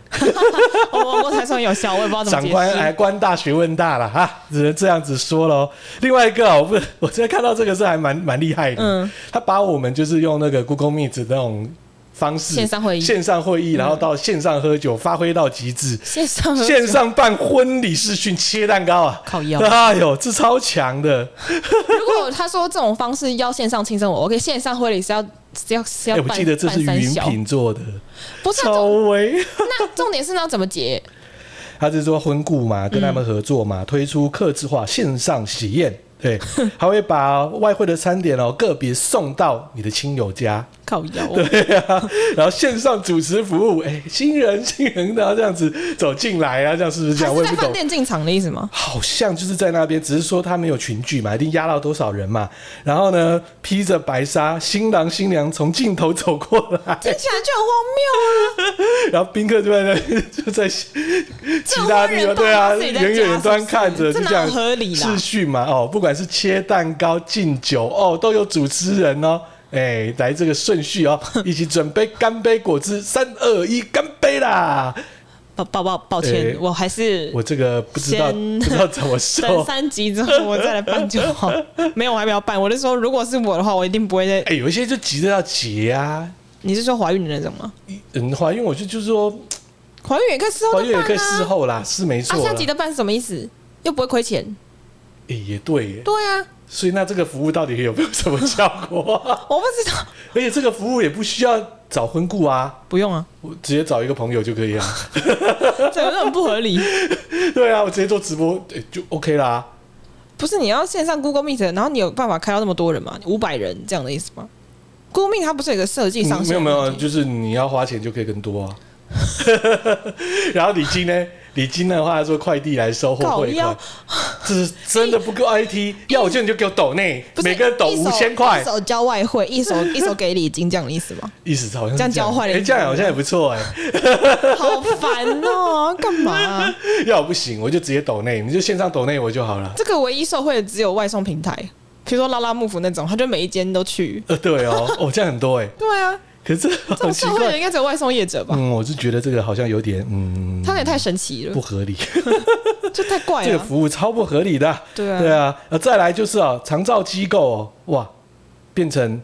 [SPEAKER 1] 我们王国才说很有效，我也不知道怎么
[SPEAKER 2] 长
[SPEAKER 1] 解
[SPEAKER 2] 官
[SPEAKER 1] 释
[SPEAKER 2] 哎，官大学问大了哈，只能这样子说喽。另外一个啊，我不， 我今天看到这个是还蛮蛮厉害的，
[SPEAKER 1] 嗯
[SPEAKER 2] 他把我们就是用那个 Google Meet 那种方式
[SPEAKER 1] 线上会议嗯
[SPEAKER 2] 线上会议，然后到线上喝酒，发挥到极致。
[SPEAKER 1] 线上和
[SPEAKER 2] 线上办婚礼视讯切蛋糕啊！
[SPEAKER 1] 嗯靠腰
[SPEAKER 2] 哎呦，这超强的！
[SPEAKER 1] 如果他说这种方式要线上庆生我，我 OK，线上婚礼是要是要是
[SPEAKER 2] 哎、
[SPEAKER 1] 要
[SPEAKER 2] 我
[SPEAKER 1] 办、
[SPEAKER 2] 记得这是
[SPEAKER 1] 办三
[SPEAKER 2] 云
[SPEAKER 1] 小，
[SPEAKER 2] 品做的，
[SPEAKER 1] 不是、啊、
[SPEAKER 2] 超
[SPEAKER 1] 重
[SPEAKER 2] 威。
[SPEAKER 1] 那重点是那怎么结？
[SPEAKER 2] 他是说婚顾嘛，跟他
[SPEAKER 1] 嗯
[SPEAKER 2] 们合作嘛，推出客制化线上喜宴， 对，还会把外汇的餐点哦个别送到你的亲友家，
[SPEAKER 1] 靠腰，
[SPEAKER 2] 对啊，然后线上主持服务，哎、新人新人，然后这样子走进来啊，这样是不是这样？
[SPEAKER 1] 还
[SPEAKER 2] 我
[SPEAKER 1] 是在
[SPEAKER 2] 也不
[SPEAKER 1] 饭
[SPEAKER 2] 懂。
[SPEAKER 1] 店进场的意思吗？
[SPEAKER 2] 好像就是在那边，只是说他没有群聚嘛，一定压到多少人嘛。然后呢，披着白纱，新郎新娘从镜头走过来，
[SPEAKER 1] 听起来就啊很
[SPEAKER 2] 然后宾客就在那就在其他地方，
[SPEAKER 1] 这
[SPEAKER 2] 对啊，
[SPEAKER 1] 婚人干嘛自己在家
[SPEAKER 2] 远远端看着，
[SPEAKER 1] 是
[SPEAKER 2] 就
[SPEAKER 1] 不是
[SPEAKER 2] 这样
[SPEAKER 1] 这哪合理啦
[SPEAKER 2] 视讯嘛，哦，不管是切蛋糕、敬酒哦，都有主持人哦。哎，来这个顺序 哦，一起准备干杯果汁，三二一，干杯啦！
[SPEAKER 1] 荒谬。抱抱抱，抱
[SPEAKER 2] 对
[SPEAKER 1] 歉，我还是
[SPEAKER 2] 哎我这个不知道
[SPEAKER 1] 先
[SPEAKER 2] 不知道怎么说，
[SPEAKER 1] 等三级之后我再来办就 好。没有，我还没有办。我是说，如果是我的话，我一定不会再。
[SPEAKER 2] 哎，有一些就急着要结啊，
[SPEAKER 1] 你是说怀孕的那种吗？
[SPEAKER 2] 嗯，怀孕我就就是说，
[SPEAKER 1] 怀孕也可以事后
[SPEAKER 2] 怀
[SPEAKER 1] 再
[SPEAKER 2] 孕也可以
[SPEAKER 1] 办
[SPEAKER 2] 事
[SPEAKER 1] 啊。
[SPEAKER 2] 后啦，是没
[SPEAKER 1] 啊，
[SPEAKER 2] 错
[SPEAKER 1] 现
[SPEAKER 2] 啦
[SPEAKER 1] 在急。着办是什么意思？又不会亏钱。
[SPEAKER 2] 诶也对耶。
[SPEAKER 1] 对啊，
[SPEAKER 2] 所以那这个服务到底有没有什么效果 啊、
[SPEAKER 1] 我不知道，
[SPEAKER 2] 而且这个服务也不需要找婚顾啊，
[SPEAKER 1] 不用啊，
[SPEAKER 2] 我直接找一个朋友就可以啊。
[SPEAKER 1] 这有很不合理。
[SPEAKER 2] 对啊，我直接做直播、诶就 OK 啦。
[SPEAKER 1] 不是你要线上 Google Meet，然后你有办法开到那么多人吗？五百人这样的意思吗？Google Meet 它不是有一个设计上
[SPEAKER 2] 嗯没有
[SPEAKER 1] 限
[SPEAKER 2] 没
[SPEAKER 1] 的
[SPEAKER 2] 有，
[SPEAKER 1] 问题
[SPEAKER 2] 就是你要花钱就可以更多啊。 然后礼金呢？礼金的话说快递来收货
[SPEAKER 1] 靠
[SPEAKER 2] 汇款
[SPEAKER 1] 腰，
[SPEAKER 2] 这是真的不够 IT。要我叫你就给我抖内，
[SPEAKER 1] 不是
[SPEAKER 2] 每个人抖
[SPEAKER 1] 一
[SPEAKER 2] 五
[SPEAKER 1] 手
[SPEAKER 2] 千块
[SPEAKER 1] 一，手交外汇，一 手一手给礼金这样的意思吗？
[SPEAKER 2] 意思好像是
[SPEAKER 1] 这样交换
[SPEAKER 2] 哎，
[SPEAKER 1] 人
[SPEAKER 2] 这样好像也不错哎。
[SPEAKER 1] 好烦哦、干嘛啊、
[SPEAKER 2] 要我不行，我就直接抖内，你就线上抖内我就好了。
[SPEAKER 1] 这个唯一受惠的只有外送平台，比如说拉拉幕府那种，他就每一间都去。
[SPEAKER 2] 呃，对哦，哦，这样很多哎，
[SPEAKER 1] 对啊，
[SPEAKER 2] 可是
[SPEAKER 1] 这
[SPEAKER 2] 好
[SPEAKER 1] 种
[SPEAKER 2] 奇
[SPEAKER 1] 受惠的
[SPEAKER 2] 怪。
[SPEAKER 1] 应该只有外送业者吧？
[SPEAKER 2] 嗯，我是觉得这个好像有点嗯
[SPEAKER 1] 他们也太神奇了
[SPEAKER 2] 不，合理。
[SPEAKER 1] 就太怪
[SPEAKER 2] 这个
[SPEAKER 1] 了。
[SPEAKER 2] 服务超不合理的啊。
[SPEAKER 1] 哎对啊
[SPEAKER 2] 对啊，呃，再来就是啊，长照机构哦，哇，变成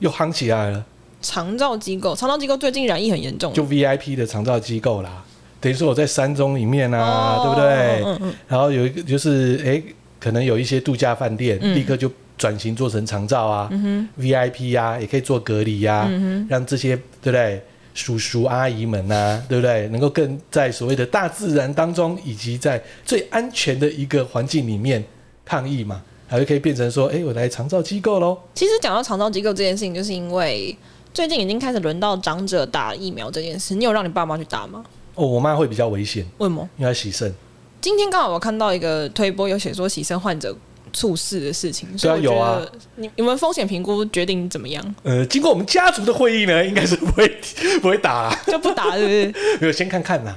[SPEAKER 2] 又夯起来了，
[SPEAKER 1] 长照机构，长照机构最近染疫很严重，
[SPEAKER 2] 就 VIP 的长照机构啦。等于说我在山中里面啊，
[SPEAKER 1] 哦
[SPEAKER 2] 对不对？
[SPEAKER 1] 嗯嗯
[SPEAKER 2] 然后有一个就是，哎，可能有一些度假饭店、
[SPEAKER 1] 嗯
[SPEAKER 2] 立刻就转型做成长照啊、
[SPEAKER 1] 嗯
[SPEAKER 2] v i p 啊，也可以做隔离呀、啊，让这些对不对？叔叔阿姨们啊，对不对？能够更在所谓的大自然当中，以及在最安全的一个环境里面抗疫嘛，还就可以变成说，哎，我来长照机构喽。
[SPEAKER 1] 哼，其实讲到长照机构这件事情，就是因为最近已经开始轮到长者打疫苗这件事。你有让你爸妈去打吗？
[SPEAKER 2] 哦，我妈会比较危险，
[SPEAKER 1] 为什么？
[SPEAKER 2] 因为她洗肾，
[SPEAKER 1] 今天刚好我看到一个推播，有写说洗肾患者猝死的事情，所以我
[SPEAKER 2] 对啊
[SPEAKER 1] 觉
[SPEAKER 2] 有啊
[SPEAKER 1] 得你你们风险评估决定怎么 样？
[SPEAKER 2] 呃，经过我们家族的会议呢，应该是不会不会打啦，
[SPEAKER 1] 就不打是不是？
[SPEAKER 2] 没有先看看啦。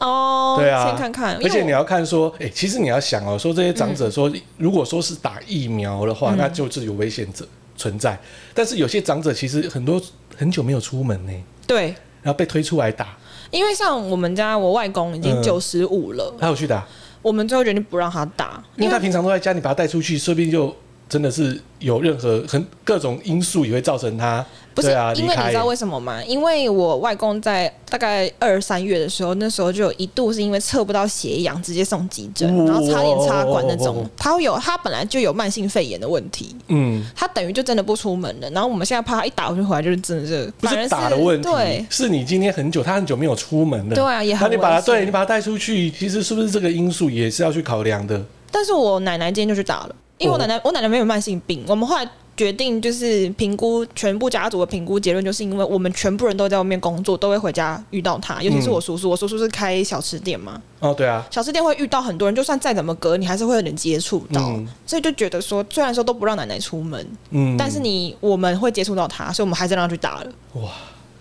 [SPEAKER 1] 哦，
[SPEAKER 2] 对啊
[SPEAKER 1] 先看看，因为
[SPEAKER 2] 而且
[SPEAKER 1] 我
[SPEAKER 2] 你要看说，哎、其实你要想哦，说这些长者说，如果说是打疫苗的
[SPEAKER 1] 嗯
[SPEAKER 2] 话，那就是有危险者存在。但是有些长者其实很多很久没有出门呢，
[SPEAKER 1] 对，
[SPEAKER 2] 然后被推出来打，
[SPEAKER 1] 因为像我们家我外公已经
[SPEAKER 2] 嗯
[SPEAKER 1] 九十五了，
[SPEAKER 2] 他有去打，
[SPEAKER 1] 我们最后决定不让他打，因
[SPEAKER 2] 因为他
[SPEAKER 1] 为
[SPEAKER 2] 平常都在家，你把他带出去，说不定就真的是有任何很各种因素也会造成他
[SPEAKER 1] 不是、
[SPEAKER 2] 对啊
[SPEAKER 1] 因
[SPEAKER 2] 离
[SPEAKER 1] 为你
[SPEAKER 2] 开
[SPEAKER 1] 知道。为什么吗？因为我外公在大概二三月的时候，那时候就有一度是因为测不到血氧，直接送急诊，
[SPEAKER 2] 哦
[SPEAKER 1] 然后差点插管那
[SPEAKER 2] 哦哦哦哦
[SPEAKER 1] 种。他有他本来就有慢性肺炎的问题，
[SPEAKER 2] 嗯，
[SPEAKER 1] 他等于就真的不出门了。然后我们现在怕他一打回去回来就是真的是，
[SPEAKER 2] 不
[SPEAKER 1] 反而
[SPEAKER 2] 是打的问题
[SPEAKER 1] 对，
[SPEAKER 2] 是你今天很久，他很久没有出门了。
[SPEAKER 1] 对啊也很
[SPEAKER 2] 那你把他
[SPEAKER 1] 危险
[SPEAKER 2] 对你把他带出去，其实是不是这个因素也是要去考量的？
[SPEAKER 1] 但是我奶奶今天就去打了，因为我
[SPEAKER 2] 哦
[SPEAKER 1] 奶奶、我奶奶没有慢性病，我们后来。决定就是评估全部家族的评估结论，就是因为我们全部人都在外面工作，都会回家遇到
[SPEAKER 2] 嗯
[SPEAKER 1] 他，尤其是我叔叔，我叔叔是开小吃店嘛，
[SPEAKER 2] 哦，对啊，
[SPEAKER 1] 小吃店会遇到很多人，就算再怎么隔，你还是会有点接触到，
[SPEAKER 2] 嗯
[SPEAKER 1] 所以就觉得说，虽然说都不让奶奶出门，
[SPEAKER 2] 嗯，
[SPEAKER 1] 但是你我们会接触到她，所以我们还是让她去打了，
[SPEAKER 2] 哇，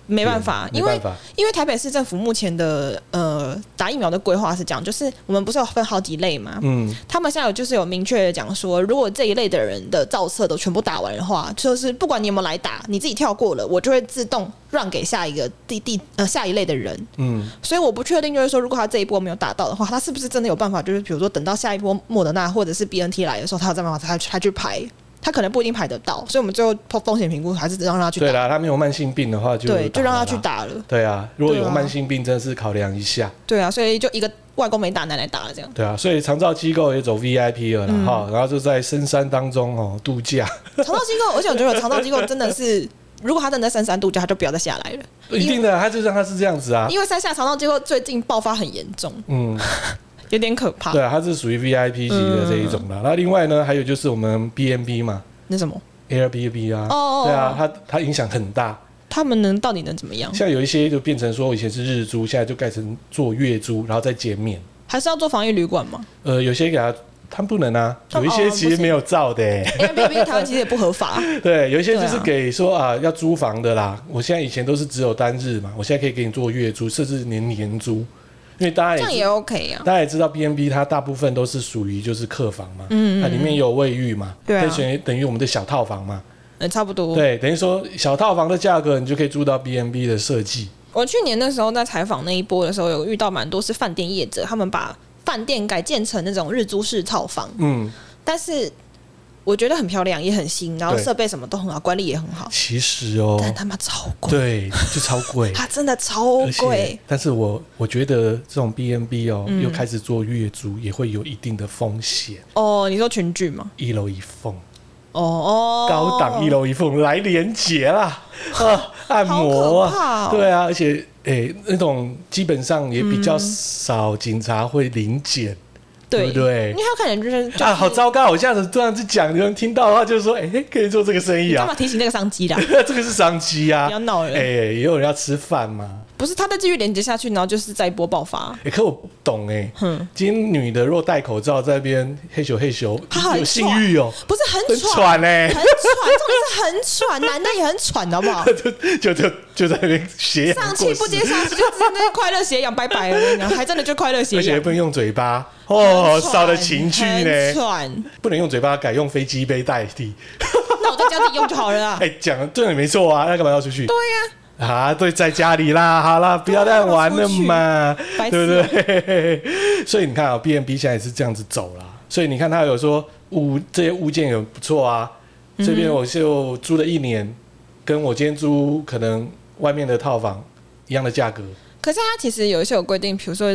[SPEAKER 1] 没办法，
[SPEAKER 2] 没
[SPEAKER 1] 因为
[SPEAKER 2] 办法
[SPEAKER 1] 因为台北市政府目前的呃打疫苗的规划是这样，就是我们不是有分好几类嘛，
[SPEAKER 2] 嗯，
[SPEAKER 1] 他们现在有就是有明确的讲说，如果这一类的人的照册都全部打完的话，就是不管你有没有来打，你自己跳过了，我就会自动让给下一个第第呃下一类的人。
[SPEAKER 2] 嗯，
[SPEAKER 1] 所以我不确定，就是说，如果他这一波没有打到的话，他是不是真的有办法？就是比如说，等到下一波莫德纳或者是 B N T 来的时候，他有这办法，他他去排，他可能不一定排得到。所以我们最后风风险评估还是让他去
[SPEAKER 2] 对
[SPEAKER 1] 打，
[SPEAKER 2] 啦，他没有慢性病的话就
[SPEAKER 1] 对，就让他
[SPEAKER 2] 了
[SPEAKER 1] 去
[SPEAKER 2] 啦。
[SPEAKER 1] 打了。
[SPEAKER 2] 对啊，如果有
[SPEAKER 1] 对啊
[SPEAKER 2] 慢性病，真的是考量一下。
[SPEAKER 1] 对啊，所以就一个外公没打，奶奶打了这样。
[SPEAKER 2] 对啊，所以长照机构也走 VIP
[SPEAKER 1] 嗯
[SPEAKER 2] 了啦，哈、然后就在深山当中哦度假，
[SPEAKER 1] 肠道机构，而且我觉得肠道机构真的是，如果他真的在深山度假，他就不要再下来了。
[SPEAKER 2] 一定的，他就让他是这样子啊，
[SPEAKER 1] 因为山下肠道结构最近爆发很严重，
[SPEAKER 2] 嗯，
[SPEAKER 1] 有点可怕。
[SPEAKER 2] 对啊，他是属于
[SPEAKER 1] 嗯
[SPEAKER 2] VIP 级的这一种啦。那、另外呢，还有就是我们 BNB 嘛
[SPEAKER 1] 那什么，
[SPEAKER 2] ，Airbnb 啊，
[SPEAKER 1] 哦哦哦
[SPEAKER 2] 对啊，它它影响很大。
[SPEAKER 1] 他们能到底能怎么样？
[SPEAKER 2] 像有一些就变成说，以前是日租，现在就改成做月租，然后再减免。
[SPEAKER 1] 还是要做防疫旅馆 吗
[SPEAKER 2] 呃，有些给他，他们不能啊，
[SPEAKER 1] 他
[SPEAKER 2] 有
[SPEAKER 1] 们
[SPEAKER 2] 一些
[SPEAKER 1] 哦
[SPEAKER 2] 其
[SPEAKER 1] 不
[SPEAKER 2] 实
[SPEAKER 1] 行
[SPEAKER 2] 没有照的、欸。
[SPEAKER 1] ？Airbnb 台湾其实也不合法，
[SPEAKER 2] 对，有一些就
[SPEAKER 1] 对啊
[SPEAKER 2] 是给说啊要租房的啦。我现在以前都是只有单日嘛，我现在可以给你做月租，甚至连年租，因为大
[SPEAKER 1] 这
[SPEAKER 2] 家
[SPEAKER 1] 样
[SPEAKER 2] 也知
[SPEAKER 1] 也 OK 啊。
[SPEAKER 2] 大家也知道 B N B 它大部分都是属于就是客房嘛，嗯它里面有卫浴嘛，
[SPEAKER 1] 对啊
[SPEAKER 2] 那等于等于我们的小套房嘛，
[SPEAKER 1] 嗯，差不多。
[SPEAKER 2] 对，等于说小套房的价格你就可以租到 B N B 的设计，
[SPEAKER 1] 我去年那时候在采访那一波的时候，有遇到蛮多是饭店业者，他们把饭店改建成那种日租式套房，
[SPEAKER 2] 嗯，
[SPEAKER 1] 但是我觉得很漂亮，也很新，然后
[SPEAKER 2] 对
[SPEAKER 1] 设备什么都很好，管理也很好，
[SPEAKER 2] 其实哦，
[SPEAKER 1] 但他妈超贵，，
[SPEAKER 2] 对，就超贵
[SPEAKER 1] 它真的超
[SPEAKER 2] 而且
[SPEAKER 1] 贵。，
[SPEAKER 2] 但是我我觉得这种 B N B 哦，
[SPEAKER 1] 嗯
[SPEAKER 2] 又开始做月租，也会有一定的风险，
[SPEAKER 1] 哦，你说群聚吗？
[SPEAKER 2] 一楼一缝，
[SPEAKER 1] 哦哦，
[SPEAKER 2] 高档一楼一缝来连结啦，啊，按
[SPEAKER 1] 好
[SPEAKER 2] 摩
[SPEAKER 1] 可
[SPEAKER 2] 啊，
[SPEAKER 1] 怕、哦，
[SPEAKER 2] 对啊，而且诶、那种基本上也比较少警察会临检，对
[SPEAKER 1] 对
[SPEAKER 2] 不对
[SPEAKER 1] 因为他看起来就是、就是、
[SPEAKER 2] 啊，好糟糕！我这样子这样子讲，有人听到的话就说：“哎、可以做这个生意
[SPEAKER 1] 你干
[SPEAKER 2] 啊
[SPEAKER 1] 嘛，提醒那个商机啦？
[SPEAKER 2] 这个是商机啊
[SPEAKER 1] 不要。”闹了，
[SPEAKER 2] 哎、也有人要吃饭嘛？
[SPEAKER 1] 不是他再继续连接下去，然后就是再一波爆发。
[SPEAKER 2] 哎、可我不懂哎、
[SPEAKER 1] 哼，
[SPEAKER 2] 今天女的若戴口罩在那边嘿咻嘿咻
[SPEAKER 1] 她，很
[SPEAKER 2] 有性欲哦、
[SPEAKER 1] 不是很
[SPEAKER 2] 很
[SPEAKER 1] 喘，
[SPEAKER 2] 喘哎、
[SPEAKER 1] 很喘，重点是很喘，男的也很喘，好不好？
[SPEAKER 2] 就就就在那边斜
[SPEAKER 1] 上
[SPEAKER 2] 阳
[SPEAKER 1] 气
[SPEAKER 2] 过
[SPEAKER 1] 不接
[SPEAKER 2] 世，
[SPEAKER 1] 上气，就真的快乐斜阳，拜拜了。我跟你讲，还真的就快乐斜
[SPEAKER 2] 而且也
[SPEAKER 1] 阳
[SPEAKER 2] 不。能用嘴巴哦，
[SPEAKER 1] 很喘
[SPEAKER 2] 少了情趣
[SPEAKER 1] 很
[SPEAKER 2] 呢，
[SPEAKER 1] 喘，
[SPEAKER 2] 不能用嘴巴，改用飞机杯代替。
[SPEAKER 1] 那我在家自己用就好了啦
[SPEAKER 2] 哎、。讲的对的没错啊，那干嘛要出去？
[SPEAKER 1] 对呀、
[SPEAKER 2] 啊，对，在家 里啦，好啦，不要再玩了嘛，
[SPEAKER 1] 白
[SPEAKER 2] 对
[SPEAKER 1] 痴
[SPEAKER 2] 不对？ 所以你看啊，B N B 现在也是这样子走啦。所以你看，他有说物这些物件有不错啊，这边我就租了一年，跟我今天租可能外面的套房一样的价格，
[SPEAKER 1] 可是它其实有一些有规定，比如说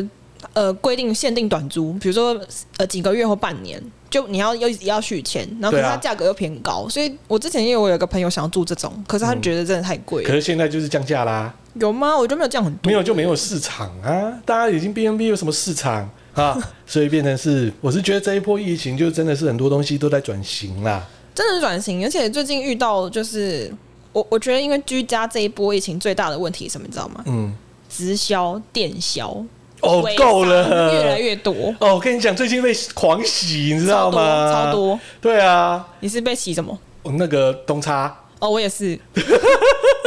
[SPEAKER 1] 呃规定限定短租，比如说呃几个月或半年，就你要要要续签，然后可
[SPEAKER 2] 对
[SPEAKER 1] 是
[SPEAKER 2] 啊
[SPEAKER 1] 它价格又偏高，所以我之前因为我有一个朋友想要住这种，可是他觉得真的太贵了，
[SPEAKER 2] 可是现在就是降价啦，
[SPEAKER 1] 有吗？我就没有这样很多
[SPEAKER 2] 没，有就没有市场啊，大家已经 B N B 有什么市场 啊？所以变成是，我是觉得这一波疫情就真的是很多东西都在转型啦。
[SPEAKER 1] 真的是转型，而且最近遇到就是。我我觉得，因为居家这一波疫情最大的问题是什么，你知道吗？
[SPEAKER 2] 嗯，
[SPEAKER 1] 直销、电销，
[SPEAKER 2] 哦
[SPEAKER 1] 微，商
[SPEAKER 2] 够了，
[SPEAKER 1] 越来越多，
[SPEAKER 2] 哦，我跟你讲，最近被狂洗，你知
[SPEAKER 1] 超
[SPEAKER 2] 道
[SPEAKER 1] 多
[SPEAKER 2] 吗？
[SPEAKER 1] 超。多。
[SPEAKER 2] 对啊，
[SPEAKER 1] 你是被洗什么？
[SPEAKER 2] 我那个东差，
[SPEAKER 1] 哦，我也 是，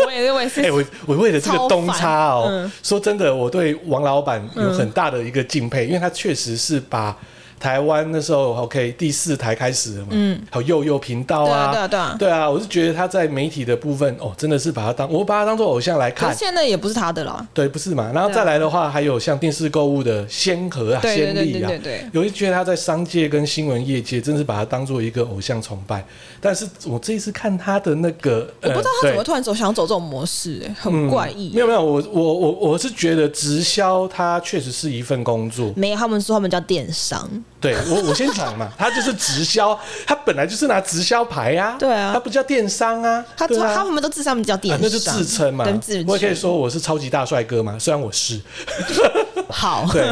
[SPEAKER 1] 我也是，我也是
[SPEAKER 2] 哎、。我我为了这个东差哦
[SPEAKER 1] 超，烦嗯
[SPEAKER 2] 说真的，我对王老板有很大的一个敬
[SPEAKER 1] 嗯
[SPEAKER 2] 佩，因为他确实是把台湾那时候 OK 第四台开始了嘛，
[SPEAKER 1] 嗯
[SPEAKER 2] 还有幼幼频道
[SPEAKER 1] 对啊，
[SPEAKER 2] 啊，
[SPEAKER 1] 对啊，对啊。
[SPEAKER 2] 对啊，我是觉得他在媒体的部分哦，真的是把他当我把他当做偶像来
[SPEAKER 1] 可
[SPEAKER 2] 看啊
[SPEAKER 1] 是。现在也不是他的啦。
[SPEAKER 2] 对，不是嘛？然后再来的话，还有像电视购物的先河啊、
[SPEAKER 1] 对对
[SPEAKER 2] 先
[SPEAKER 1] 对
[SPEAKER 2] 例
[SPEAKER 1] 对
[SPEAKER 2] 啊，
[SPEAKER 1] 对对。
[SPEAKER 2] 有一觉得他在商界跟新闻业界，真是把他当做一个偶像崇拜。但是我这一次看他的那个，
[SPEAKER 1] 我
[SPEAKER 2] 呃
[SPEAKER 1] 不知道他怎么
[SPEAKER 2] 对嗯
[SPEAKER 1] 突然走想走这种模式、哎很怪异、
[SPEAKER 2] 没有没有，我我我我是觉得直销它确实是一份工作。
[SPEAKER 1] 没有，他们说他们叫电商，
[SPEAKER 2] 对我我先讲嘛， 它就是直销，它本来就是拿直销牌呀、啊，
[SPEAKER 1] 对啊
[SPEAKER 2] 它不叫电商啊，
[SPEAKER 1] 他
[SPEAKER 2] 对
[SPEAKER 1] 说、
[SPEAKER 2] 啊
[SPEAKER 1] 他们都自称他们叫电
[SPEAKER 2] 啊
[SPEAKER 1] 商，
[SPEAKER 2] 那就自称嘛
[SPEAKER 1] 对自，
[SPEAKER 2] 我也可
[SPEAKER 1] 称
[SPEAKER 2] 以说我是超级大帅哥嘛，虽然我是，
[SPEAKER 1] 好。
[SPEAKER 2] 对，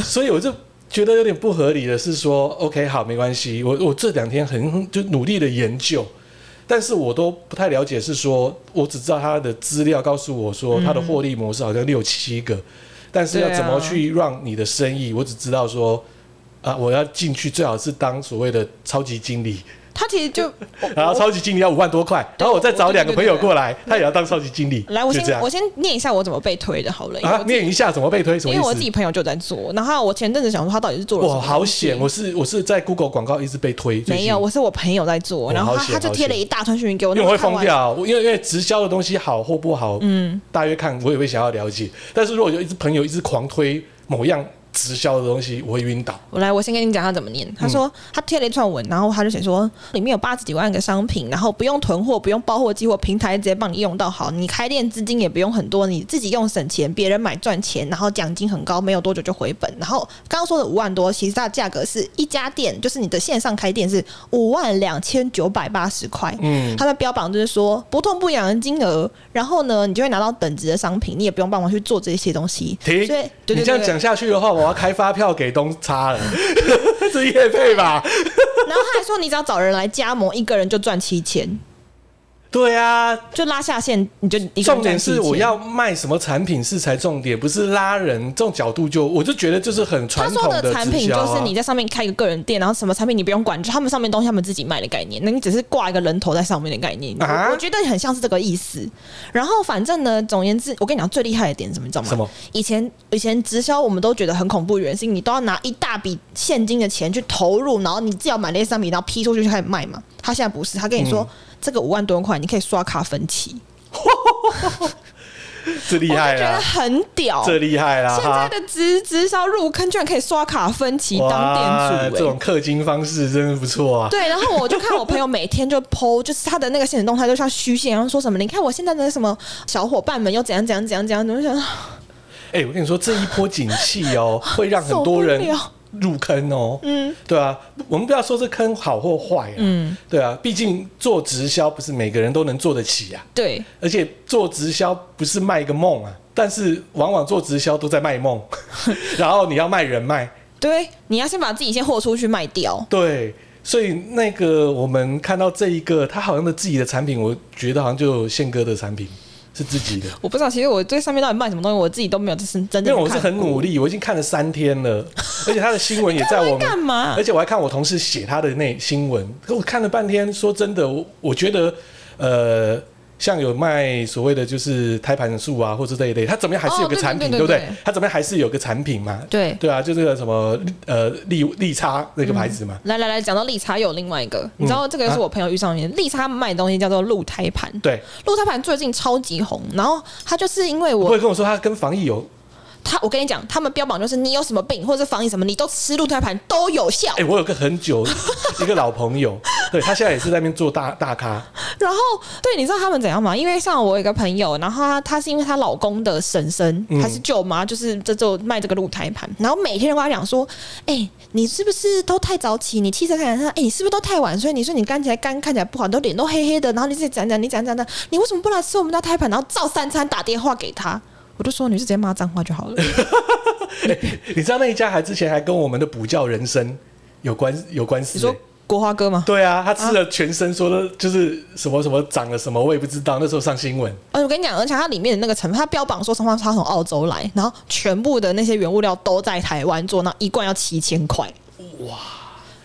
[SPEAKER 2] 所以我就觉得有点不合理的是说，OK，好，没关系，我我这两天很就努力的研究，但是我都不太了解，是说我只知道他的资料告诉我说他的获利模式好像六七个，但是要
[SPEAKER 1] 对啊
[SPEAKER 2] 怎么去让你的生意，我只知道说。啊！我要进去，最好是当所谓的超级经理，
[SPEAKER 1] 他其实 就
[SPEAKER 2] 然后超级经理要五万多块，然后我再找两个朋友过来，他也要当超级经理。
[SPEAKER 1] 来，我
[SPEAKER 2] 就这
[SPEAKER 1] 先
[SPEAKER 2] 样
[SPEAKER 1] 我先念一下我怎么被推的好了，因为
[SPEAKER 2] 啊
[SPEAKER 1] 我，自己
[SPEAKER 2] 念一下怎么被推，什么
[SPEAKER 1] 因
[SPEAKER 2] 意
[SPEAKER 1] 为我
[SPEAKER 2] 思
[SPEAKER 1] 自？己朋友就在做，然后我前阵子想说他到底是做了什
[SPEAKER 2] 哇，
[SPEAKER 1] 么，
[SPEAKER 2] 好险！我是我是在 Google 广告一直被推，最
[SPEAKER 1] 没
[SPEAKER 2] 近
[SPEAKER 1] 有，我是我朋友在做，
[SPEAKER 2] 哦
[SPEAKER 1] 然后
[SPEAKER 2] 好
[SPEAKER 1] 他
[SPEAKER 2] 险
[SPEAKER 1] 他就贴了一大串讯息给我，
[SPEAKER 2] 因为
[SPEAKER 1] 那
[SPEAKER 2] 我会
[SPEAKER 1] 看
[SPEAKER 2] 疯
[SPEAKER 1] 完
[SPEAKER 2] 掉，我因为因为直销的东西好或不好，嗯，大约看我也会想要了解。但是如果有一只朋友一直狂推某样直销的东西，我会晕倒。
[SPEAKER 1] 我来，我先跟你讲他怎么念。他说他贴了一串文，然后他就写说里面有八十几万个商品，然后不用囤货，不用包货期货，平台直接帮你用到好。你开店资金也不用很多，你自己用省钱，别人买赚钱，然后奖金很高，没有多久就回本。然后刚刚说的五万多，其实它的价格是一家店，就是你的线上开店是五万两千九百八十块。
[SPEAKER 2] 嗯，
[SPEAKER 1] 他们标榜就是说不痛不痒的金额，然后呢，你就会拿到等值的商品，你也不用帮忙去做这些东西。
[SPEAKER 2] 停
[SPEAKER 1] 所以，对
[SPEAKER 2] 你
[SPEAKER 1] 对
[SPEAKER 2] 这样
[SPEAKER 1] 对
[SPEAKER 2] 讲下去的话，我要开发票给东差了， 是业配吧？
[SPEAKER 1] 然后他还说，你只要找人来加盟，一个人就赚七千，
[SPEAKER 2] 对啊，
[SPEAKER 1] 就拉下线，你就一个
[SPEAKER 2] 重
[SPEAKER 1] 人赚
[SPEAKER 2] 点
[SPEAKER 1] 7000
[SPEAKER 2] 是我。要卖什么产品是才重点，不是拉人这种角度就我就觉得这是很
[SPEAKER 1] 他
[SPEAKER 2] 传
[SPEAKER 1] 说
[SPEAKER 2] 统
[SPEAKER 1] 的产
[SPEAKER 2] 直
[SPEAKER 1] 品
[SPEAKER 2] 销、啊。
[SPEAKER 1] 就是你在上面开一个个人店，然后什么产品你不用管，就他们上面东西他们自己卖的概念，那你只是挂一个人头在上面的概念，
[SPEAKER 2] 啊
[SPEAKER 1] 我我觉得很像是这个意思。然后反正呢，总而言之，我跟你讲最厉害的点是什么，你知道吗？
[SPEAKER 2] 什么？
[SPEAKER 1] 以前以前直销我们都觉得很恐怖，原因是你都要拿一大笔现金的钱去投入，然后你自己要买那些商品，然后批出去就开始卖嘛。他现在
[SPEAKER 2] 嗯
[SPEAKER 1] 不是，他跟你说、这个五万多块你可以刷卡分期，
[SPEAKER 2] 这厉
[SPEAKER 1] 我就
[SPEAKER 2] 害
[SPEAKER 1] 觉得
[SPEAKER 2] 啦，
[SPEAKER 1] 很屌。
[SPEAKER 2] 这厉害啦！
[SPEAKER 1] 现在
[SPEAKER 2] 哈
[SPEAKER 1] 的直直销入坑居然可以刷卡分期当
[SPEAKER 2] 哇
[SPEAKER 1] 店
[SPEAKER 2] 这
[SPEAKER 1] 主、欸
[SPEAKER 2] 种，氪金方式真的不错啊。
[SPEAKER 1] 对，然后我就看我朋友每天就 PO，就是他的那个现实动态，就像虚线，然后说什么你看我现在的什么小伙伴们又怎样怎样怎样怎样，我就想
[SPEAKER 2] 哎、我跟你说，这一波景气哦，会让很多人
[SPEAKER 1] 受不了
[SPEAKER 2] 入坑哦。嗯，对啊，我们不要说这坑好或坏啊。嗯，对啊，毕竟做直销不是每个人都能做得起啊，
[SPEAKER 1] 对，
[SPEAKER 2] 而且做直销不是卖个梦啊，但是往往做直销都在 卖梦，然后你要卖人脉，
[SPEAKER 1] 对，你要先把自己先豁出去卖掉。
[SPEAKER 2] 对，所以那个我们看到这一个，他好像的自己的产品，我觉得好像就有宪哥的产品是自己的，
[SPEAKER 1] 我不知道，其实我对上面到底卖什么东西，我自己都没有真真正
[SPEAKER 2] 因为我
[SPEAKER 1] 看
[SPEAKER 2] 是很努力，我已经看了三天了， 而且他的新闻也在我
[SPEAKER 1] 过
[SPEAKER 2] 们。
[SPEAKER 1] 干嘛
[SPEAKER 2] 而？且我还看我同事写他的那新闻，可我看了半天。说真的，我我觉得，呃，像有卖所谓的就是胎盘素啊，或者这一类，它怎么样还是有个
[SPEAKER 1] 哦对
[SPEAKER 2] 产品，
[SPEAKER 1] 对
[SPEAKER 2] 不
[SPEAKER 1] 对对
[SPEAKER 2] 对
[SPEAKER 1] 对？
[SPEAKER 2] 它怎么样还是有个产品嘛？
[SPEAKER 1] 对，
[SPEAKER 2] 对啊，就这个什么呃利利差那个牌子嘛。
[SPEAKER 1] 来来来，讲到利差有另外一个，你知
[SPEAKER 2] 嗯
[SPEAKER 1] 道这个又
[SPEAKER 2] 啊
[SPEAKER 1] 是我朋友遇上面，利差卖的东西叫做鹿胎盘，
[SPEAKER 2] 对，
[SPEAKER 1] 鹿胎盘最近超级红，然后他就是因为
[SPEAKER 2] 不
[SPEAKER 1] 我
[SPEAKER 2] 会跟我说它跟防疫有？
[SPEAKER 1] 他我跟你讲，他们标榜就是你有什么病或者是防疫什么，你都吃鹿胎盘都有效
[SPEAKER 2] 哎、，我有个很久 一个老朋友，对他现在也是在那边做大大咖，
[SPEAKER 1] 然后，对，你知道他们怎样吗？因为像我有一个朋友，然后她她是因为她老公的婶婶，
[SPEAKER 2] 嗯
[SPEAKER 1] 她是舅妈，就是这就卖这个露台盘，然后每天都跟她讲说，哎、你是不是都太早起？你气色看起来像，哎、你是不是都太晚睡？你说你看起来干看起来不好，你都脸都黑黑的，然后你自己讲讲，你讲讲讲，你为什么不来吃我们家胎盘？然后照三餐打电话给她。我就说你就直接骂脏话就好了，
[SPEAKER 2] 你知道那一家还之前还跟我们的补教人参有关有关系、欸
[SPEAKER 1] 你说国花哥吗？
[SPEAKER 2] 对啊，他吃了全身，说的就是什么什么长了什么，我也不知道。那时候上新闻，
[SPEAKER 1] 而且哦我跟你讲，而且它里面的那个成分，它标榜说什么它从澳洲来，然后全部的那些原物料都在台湾做，那一罐要七千块。哇！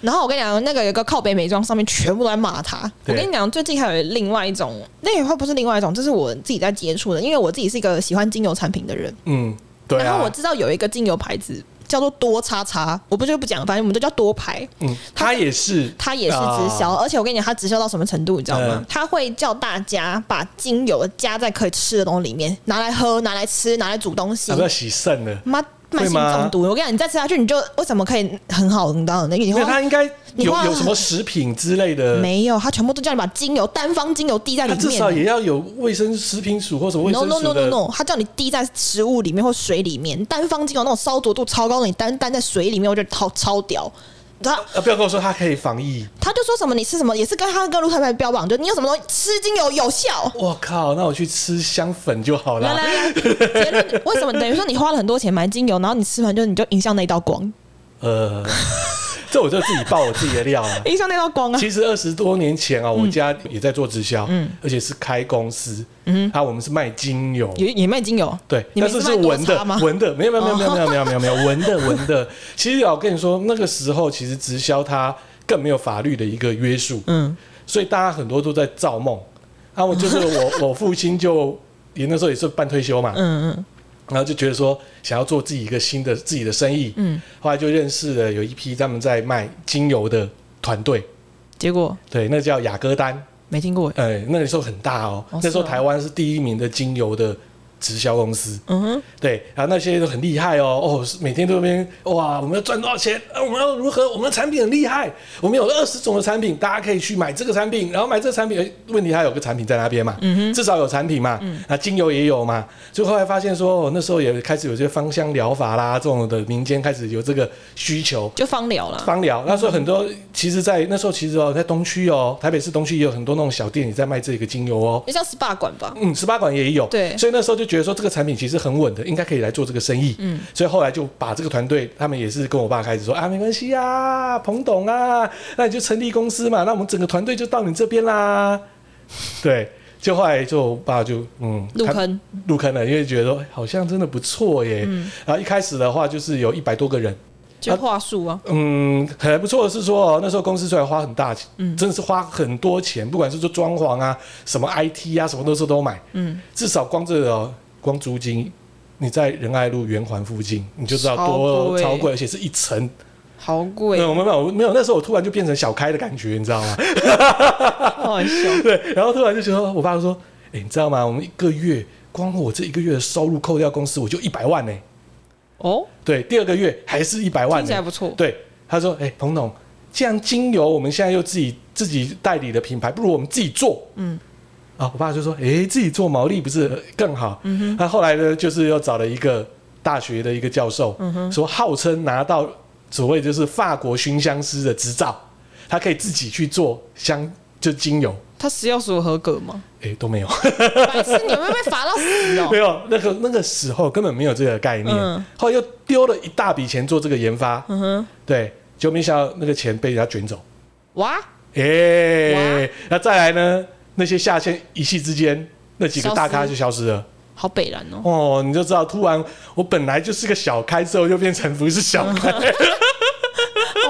[SPEAKER 1] 然后我跟你讲，那个有个靠北美妆上面全部都在骂他。我
[SPEAKER 2] 对
[SPEAKER 1] 跟你讲，最近还有另外一种，那也不是另外一种，这是我自己在接触的，因为我自己是一个喜欢精油产品的人。
[SPEAKER 2] 嗯，对
[SPEAKER 1] 然后我
[SPEAKER 2] 啊，
[SPEAKER 1] 知道有一个精油牌子叫做多叉叉，我不就不讲，反正我们都叫多牌。
[SPEAKER 2] 嗯，他也是，啊
[SPEAKER 1] 它也是直销，而且我跟你讲，它直销到什么程度，你知道吗
[SPEAKER 2] 嗯？
[SPEAKER 1] 它会叫大家把精油加在可以吃的东西里面，拿来喝，拿来吃，拿来煮东西
[SPEAKER 2] 他。要洗肾了，
[SPEAKER 1] 妈，慢性中毒！我跟你讲，你再吃下去，你就为什么可以很好很到那个以
[SPEAKER 2] 因
[SPEAKER 1] 后
[SPEAKER 2] 为？他应该
[SPEAKER 1] 你
[SPEAKER 2] 有
[SPEAKER 1] 花
[SPEAKER 2] 有什么食品之类的，
[SPEAKER 1] 没有，它全部都叫你把精油单方精油滴在里
[SPEAKER 2] 他至少也
[SPEAKER 1] 面。
[SPEAKER 2] 要有卫生食品署或什么卫
[SPEAKER 1] No
[SPEAKER 2] 生
[SPEAKER 1] no
[SPEAKER 2] 署
[SPEAKER 1] no no
[SPEAKER 2] 的。
[SPEAKER 1] no，它叫你滴在食物里面或水里面，单方精油那种烧灼度超高的，你单单在水里面，我觉得超超屌。你知道，
[SPEAKER 2] 啊！不要跟我说他可以防疫，
[SPEAKER 1] 他就说什么你吃什么，也是跟他跟卢太白标榜，就你有什么东西吃精油有效。
[SPEAKER 2] 我靠！那我去吃香粉就好
[SPEAKER 1] 来
[SPEAKER 2] 啦。
[SPEAKER 1] 来来，结论为什么等于说你花了很多钱买精油，然后你吃完就你就迎向那道光，
[SPEAKER 2] 呃， 这我就自己爆我自己的料了。
[SPEAKER 1] 迎向那道光啊！
[SPEAKER 2] 其实二十多年前
[SPEAKER 1] 嗯
[SPEAKER 2] 啊，我家也在做直销，而且是开公司，啊，我们是卖精油，
[SPEAKER 1] 也也卖精油，
[SPEAKER 2] 对，
[SPEAKER 1] 嗯你们
[SPEAKER 2] 但是
[SPEAKER 1] 是
[SPEAKER 2] 是
[SPEAKER 1] 卖
[SPEAKER 2] 闻
[SPEAKER 1] 多
[SPEAKER 2] 的
[SPEAKER 1] 差吗，哦
[SPEAKER 2] 闻的，没有没有没有没有没有没有没有没有闻的 闻的。其实啊我跟你说，那个时候其实直销它更没有法律的一个约束，
[SPEAKER 1] 嗯，
[SPEAKER 2] 所以大家很多都在造梦。啊，我就是我我父亲就也那时候也是半退休嘛，
[SPEAKER 1] 嗯嗯，
[SPEAKER 2] 然后就觉得说想要做自己一个新的自己的生意，
[SPEAKER 1] 嗯，
[SPEAKER 2] 后来就认识了有一批他们在卖精油的团队，
[SPEAKER 1] 结果
[SPEAKER 2] 对，那叫雅歌丹，
[SPEAKER 1] 没听过，
[SPEAKER 2] 哎、那个时候很大哦，
[SPEAKER 1] 哦
[SPEAKER 2] 那时候
[SPEAKER 1] 是哦
[SPEAKER 2] 台湾是第一名的精油的直销公司，
[SPEAKER 1] 嗯哼，
[SPEAKER 2] 对，然后那些都很厉害哦，哦，是每天都在那边哇，我们要赚多少钱？啊，我们要如何？我们的产品很厉害，我们有二十种的产品，大家可以去买这个产品，然后买这个产品，哎，问题还有个产品在那边嘛，
[SPEAKER 1] 嗯
[SPEAKER 2] 至少有产品嘛，那、精油也有嘛，就后来发现说，哦，那时候也开始有些芳香疗法啦，这种的民间开始有这个需求。
[SPEAKER 1] 就芳疗啦。
[SPEAKER 2] 芳疗那时候很多，其实在，那时候其实哦，在东区哦，台北市东区也有很多那种小店也在卖这个精油哦，
[SPEAKER 1] 就像 SPA 馆吧，
[SPEAKER 2] 嗯，十八馆也有，
[SPEAKER 1] 对
[SPEAKER 2] 所以那时候就觉得说这个产品其实很稳的，应该可以来做这个生意，嗯，所以后来就把这个团队，他们也是跟我爸开始说啊，没关系啊，彭董啊，那你就成立公司嘛，那我们整个团队就到你这边啦，对，就后来就我爸就嗯
[SPEAKER 1] 入
[SPEAKER 2] 他
[SPEAKER 1] 坑，
[SPEAKER 2] 入坑了，因为觉得说哎好像真的不错耶，
[SPEAKER 1] 嗯
[SPEAKER 2] 然后一开始的话就是有一百多个人，
[SPEAKER 1] 就话术啊，
[SPEAKER 2] 嗯，还不错的是说，哦，那时候公司虽然花很大钱，
[SPEAKER 1] 嗯
[SPEAKER 2] 真的是花很多钱，不管是做装潢啊、什么 IT 啊、什么都是都买，嗯，至少光这个、哦、光租金，你在仁爱路圆环附近，你就知道多
[SPEAKER 1] 超贵
[SPEAKER 2] 超贵，而且是一层。
[SPEAKER 1] 好贵
[SPEAKER 2] 对，，我们没有没有，那时候我突然就变成小开的感觉，你知道吗？
[SPEAKER 1] 好好笑。
[SPEAKER 2] 哦对，然后突然就觉得，我爸就说，哎、你知道吗？我们一个月光我这一个月的收入扣掉公司，我就一百万呢、
[SPEAKER 1] 哦，
[SPEAKER 2] 对，第二个月还是一百万、
[SPEAKER 1] 听起
[SPEAKER 2] 呢。
[SPEAKER 1] 来不错。
[SPEAKER 2] 对，他说：“哎、彭董，既然精油我们现在又自己自己代理的品牌，不如我们自己做。”
[SPEAKER 1] 嗯，
[SPEAKER 2] 啊，我爸就说：“哎、自己做毛利不是更好？”嗯他后来呢，就是又找了一个大学的一个教授，
[SPEAKER 1] 嗯
[SPEAKER 2] 说号称拿到所谓就是法国熏香师的执照，他可以自己去做香就精油。
[SPEAKER 1] 他食药署有合格吗？
[SPEAKER 2] 哎、都没有，
[SPEAKER 1] 哦白痴，你有没有被罚到死哦
[SPEAKER 2] 没？有，那个那个时候根本没有这个概念，
[SPEAKER 1] 嗯
[SPEAKER 2] 后来又丢了一大笔钱做这个研发，
[SPEAKER 1] 嗯哼，
[SPEAKER 2] 对，就没想到那个钱被人家卷走。
[SPEAKER 1] 哇，
[SPEAKER 2] 哎、那再来呢？那些下线一夕之间，那几个大咖就消失了。
[SPEAKER 1] 好北然哦。
[SPEAKER 2] 哦，你就知道，突然我本来就是个小开，之后又变成不是小 开，
[SPEAKER 1] 好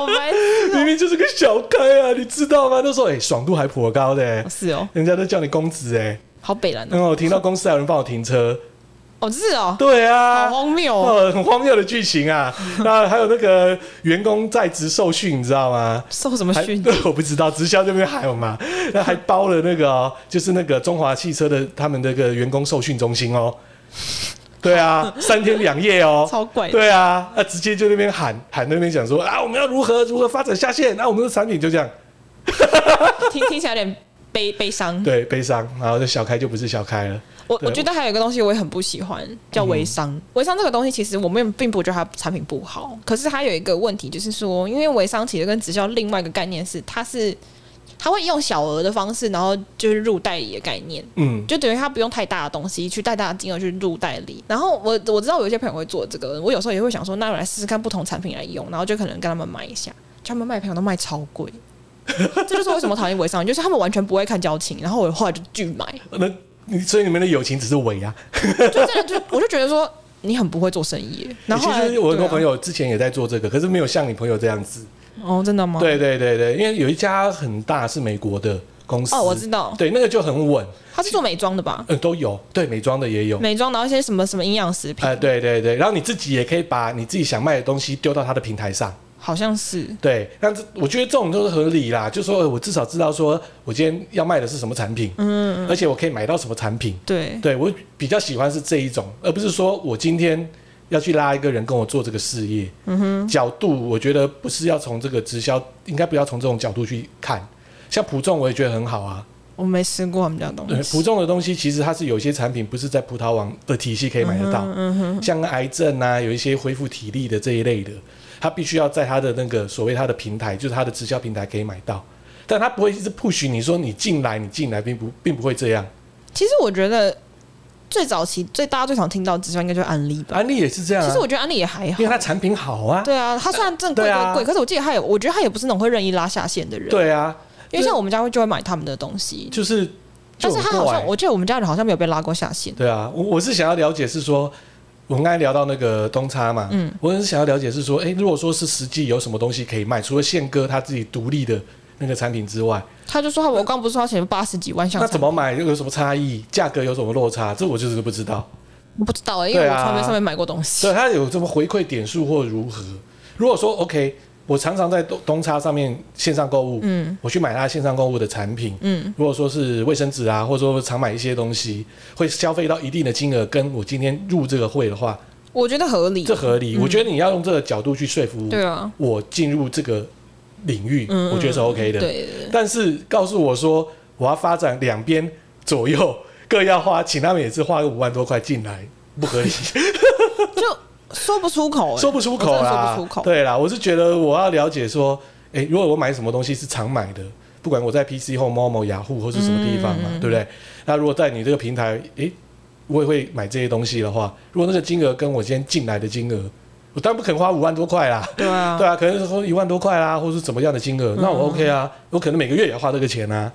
[SPEAKER 1] 哦白痴
[SPEAKER 2] 明明就是个小开啊，你知道吗？那时候哎、爽度还颇高的、欸
[SPEAKER 1] 哦，是哦，
[SPEAKER 2] 人家都叫你公子哎、
[SPEAKER 1] 好北然
[SPEAKER 2] 然
[SPEAKER 1] 哦，
[SPEAKER 2] 后我听到公司还有人帮我停车，
[SPEAKER 1] 哦是哦，
[SPEAKER 2] 对啊，
[SPEAKER 1] 好荒谬哦，
[SPEAKER 2] 哦，很荒谬的剧情啊！那还有那个员工在职受训，你知道吗？
[SPEAKER 1] 受什么
[SPEAKER 2] 还
[SPEAKER 1] 训？
[SPEAKER 2] 我不知道，直销这边还有吗？那还包了那个、哦，就是那个中华汽车的他们那个员工受训中心哦。对啊，三天两夜哦，
[SPEAKER 1] 超怪的
[SPEAKER 2] 对啊，那直接就那边喊喊那边讲说啊，我们要如何如何发展下线，那、啊我们的产品就这样，
[SPEAKER 1] 听听起来有点悲悲伤。
[SPEAKER 2] 对，悲伤。然后这小开就不是小开了，
[SPEAKER 1] 我
[SPEAKER 2] 对嗯
[SPEAKER 1] 我觉得还有一个东西我也很不喜欢，叫微商。微商这个东西其实我们并不觉得它产品不好，可是它有一个问题，就是说，因为微商其实跟直销另外一个概念是，它是它会用小额的方式，然后就是入代理的概念。
[SPEAKER 2] 嗯
[SPEAKER 1] 就等于他不用太大的东西去太大的金额去入代理。然后我我知道有一些朋友会做这个，我有时候也会想说，那我来试试看不同产品来用，然后就可能跟他们买一下，就他们卖朋友都卖超贵。这就是为什么讨厌微商，就是他们完全不会看交情，然后我后来就拒买，
[SPEAKER 2] 那你所以你们的友情只是伪啊。
[SPEAKER 1] 就真的就我就觉得说你很不会做生意耶。然后后来
[SPEAKER 2] 其实我很
[SPEAKER 1] 对
[SPEAKER 2] 多
[SPEAKER 1] 啊
[SPEAKER 2] 朋友之前也在做这个，可是没有像你朋友这样子。
[SPEAKER 1] 哦，真的吗？，
[SPEAKER 2] 对对对对，因为有一家很大是美国的公司，
[SPEAKER 1] 哦，我知道
[SPEAKER 2] 对，那个就很稳，
[SPEAKER 1] 他是做美妆的吧？
[SPEAKER 2] 嗯，都有，对，美妆的也有，
[SPEAKER 1] 美妆，然后一些什么什么营养食品，
[SPEAKER 2] 呃，对对对，然后你自己也可以把你自己想卖的东西丢到它的平台上，
[SPEAKER 1] 好像是
[SPEAKER 2] 对，但是我觉得这种都是合理啦，就说呃我至少知道说我今天要卖的是什么产品，嗯，而且我可以买到什么产品，
[SPEAKER 1] 对，
[SPEAKER 2] 对我比较喜欢是这一种，而不是说我今天要去拉一个人跟我做这个事业。角度我觉得不是要从这个直销，应该不要从这种角度去看。像普众我也觉得很好啊，
[SPEAKER 1] 我没吃过他们家的东
[SPEAKER 2] 对，
[SPEAKER 1] 西
[SPEAKER 2] 呃普。众的东西其实它是有些产品不是在葡萄网的体系可以买得到，
[SPEAKER 1] 嗯
[SPEAKER 2] 像癌症啊，有一些恢复体力的这一类的，它必须要在它的那个所谓它的平台，就是它的直销平台可以买到。但它不会一直 push 你说你进来，你进来，并不并不会这样。
[SPEAKER 1] 其实我觉得最早期最大家最常听到的直销应该就是安利吧。
[SPEAKER 2] 安利也是这样、啊，
[SPEAKER 1] 其实我觉得安利也还好
[SPEAKER 2] 因为，它产品好啊，
[SPEAKER 1] 对啊，它虽然正贵
[SPEAKER 2] 对啊
[SPEAKER 1] 贵贵，可是我记得他也，我觉得他也不是那种会任意拉下线的人。，
[SPEAKER 2] 对啊，
[SPEAKER 1] 因为像我们家会就会买他们的东西，
[SPEAKER 2] 就是，
[SPEAKER 1] 但是
[SPEAKER 2] 就
[SPEAKER 1] 他
[SPEAKER 2] 很
[SPEAKER 1] 好
[SPEAKER 2] 怪
[SPEAKER 1] 像，我记得我们家人好像没有被拉过下线。
[SPEAKER 2] 对啊，我我是想要了解是说，我们刚才聊到那个东差嘛，嗯，我是想要了解是说，哎、如果说是实际有什么东西可以卖，除了宪哥他自己独立的那个产品之外，
[SPEAKER 1] 他就说他，我刚不是说他写了八十几万像
[SPEAKER 2] 那
[SPEAKER 1] 菜，
[SPEAKER 2] 怎么买又有什么差异，价格有什么落差，这我就是不知道。
[SPEAKER 1] 我不知道、欸？因为
[SPEAKER 2] 对
[SPEAKER 1] 我
[SPEAKER 2] 啊
[SPEAKER 1] 从来没上面买过东西。
[SPEAKER 2] 对，他有这么回馈点数或如何？如果说 OK，我常常在东东差上面线上购物，嗯，我去买他线上购物的产品，嗯，如果说是卫生纸啊，或者说常买一些东西，会消费到一定的金额，跟我今天入这个会的话，
[SPEAKER 1] 我觉得合理
[SPEAKER 2] 这。合理。我觉得你要用这个角度去说服
[SPEAKER 1] 嗯对啊，
[SPEAKER 2] 我进入这个领域，
[SPEAKER 1] 嗯
[SPEAKER 2] 我觉得是 OK 的。
[SPEAKER 1] 对，
[SPEAKER 2] 但是告诉我说我要发展两边左右各要花，请他们也是花个五万多块进来，不合 理。
[SPEAKER 1] 就说不出口、欸，
[SPEAKER 2] 说不出口
[SPEAKER 1] 我真的说
[SPEAKER 2] 啦，
[SPEAKER 1] 不出口。
[SPEAKER 2] 对啦，我是觉得我要了解说，诶，如果我买什么东西是常买的，不管我在 PC 或某某雅虎或是什么地方
[SPEAKER 1] 嗯
[SPEAKER 2] 嘛，对不对？那如果在你这个平台，诶，我也会买这些东西的话，如果那个金额跟我今天进来的金额，我当然不肯花五万多块啦。
[SPEAKER 1] 对啊，嗯
[SPEAKER 2] 对啊，可能是说一万多块啦，或是怎么样的金额，那我 OK 啊，我可能每个月也要花这个钱啊。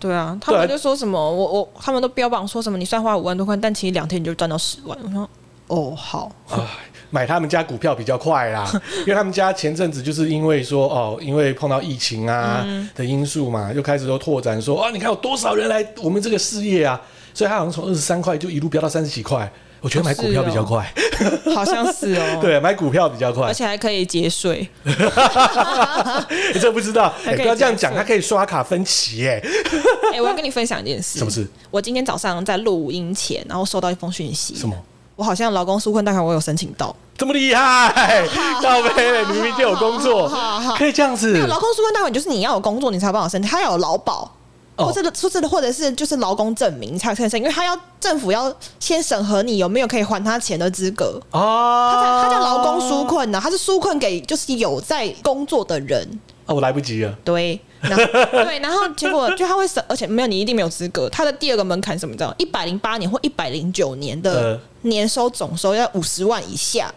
[SPEAKER 1] 对啊，他
[SPEAKER 2] 对啊
[SPEAKER 1] 们就说什么我我他们都标榜说什么你算花五万多块，但其实两天你就赚到十万。我说哦好，
[SPEAKER 2] 买他们家股票比较快啦，因为他们家前阵子就是因为说哦，因为碰到疫情啊
[SPEAKER 1] 嗯
[SPEAKER 2] 的因素嘛，又开始都拓展说啊，你看有多少人来我们这个事业啊，所以他好像从二十三块就一路飙到三十几块。我觉得买股票比较快，
[SPEAKER 1] 好像是哦。，
[SPEAKER 2] 对，买股票比较快
[SPEAKER 1] 而。且还可以节税，
[SPEAKER 2] 欸这不知道，
[SPEAKER 1] 还
[SPEAKER 2] 欸
[SPEAKER 1] 可以
[SPEAKER 2] 不要这样
[SPEAKER 1] 减
[SPEAKER 2] 讲，
[SPEAKER 1] 税
[SPEAKER 2] 它可以刷卡分期，哎，
[SPEAKER 1] 哎、我要跟你分享一件事。
[SPEAKER 2] 什么事？
[SPEAKER 1] 我今天早上在录音前，然后收到一封讯息。
[SPEAKER 2] 什？么？
[SPEAKER 1] 我好像劳工纾困贷款，我有申请到。
[SPEAKER 2] 这么厉害， 倒霉了，你明明就有工作
[SPEAKER 1] 好好好，
[SPEAKER 2] 可以这样子
[SPEAKER 1] 没有劳工纾困贷款，就是你要有工作，你才有办法申请，他要有劳保。
[SPEAKER 2] 哦
[SPEAKER 1] 或者说是或者是就是劳工证明才可以申请，因为他要政府要先审核你有没有可以还他钱的资格，
[SPEAKER 2] 哦
[SPEAKER 1] 他才他叫劳工纾困呢、他是纾困给就是有在工作的人，
[SPEAKER 2] 啊，我来不及了，
[SPEAKER 1] 对，然后对，然后结果就他会审，而且没有你一定没有资格。他的第二个门槛是什么？你知道，一百零八年或一百零九年的
[SPEAKER 2] 呃
[SPEAKER 1] 年收总收要五十万以下。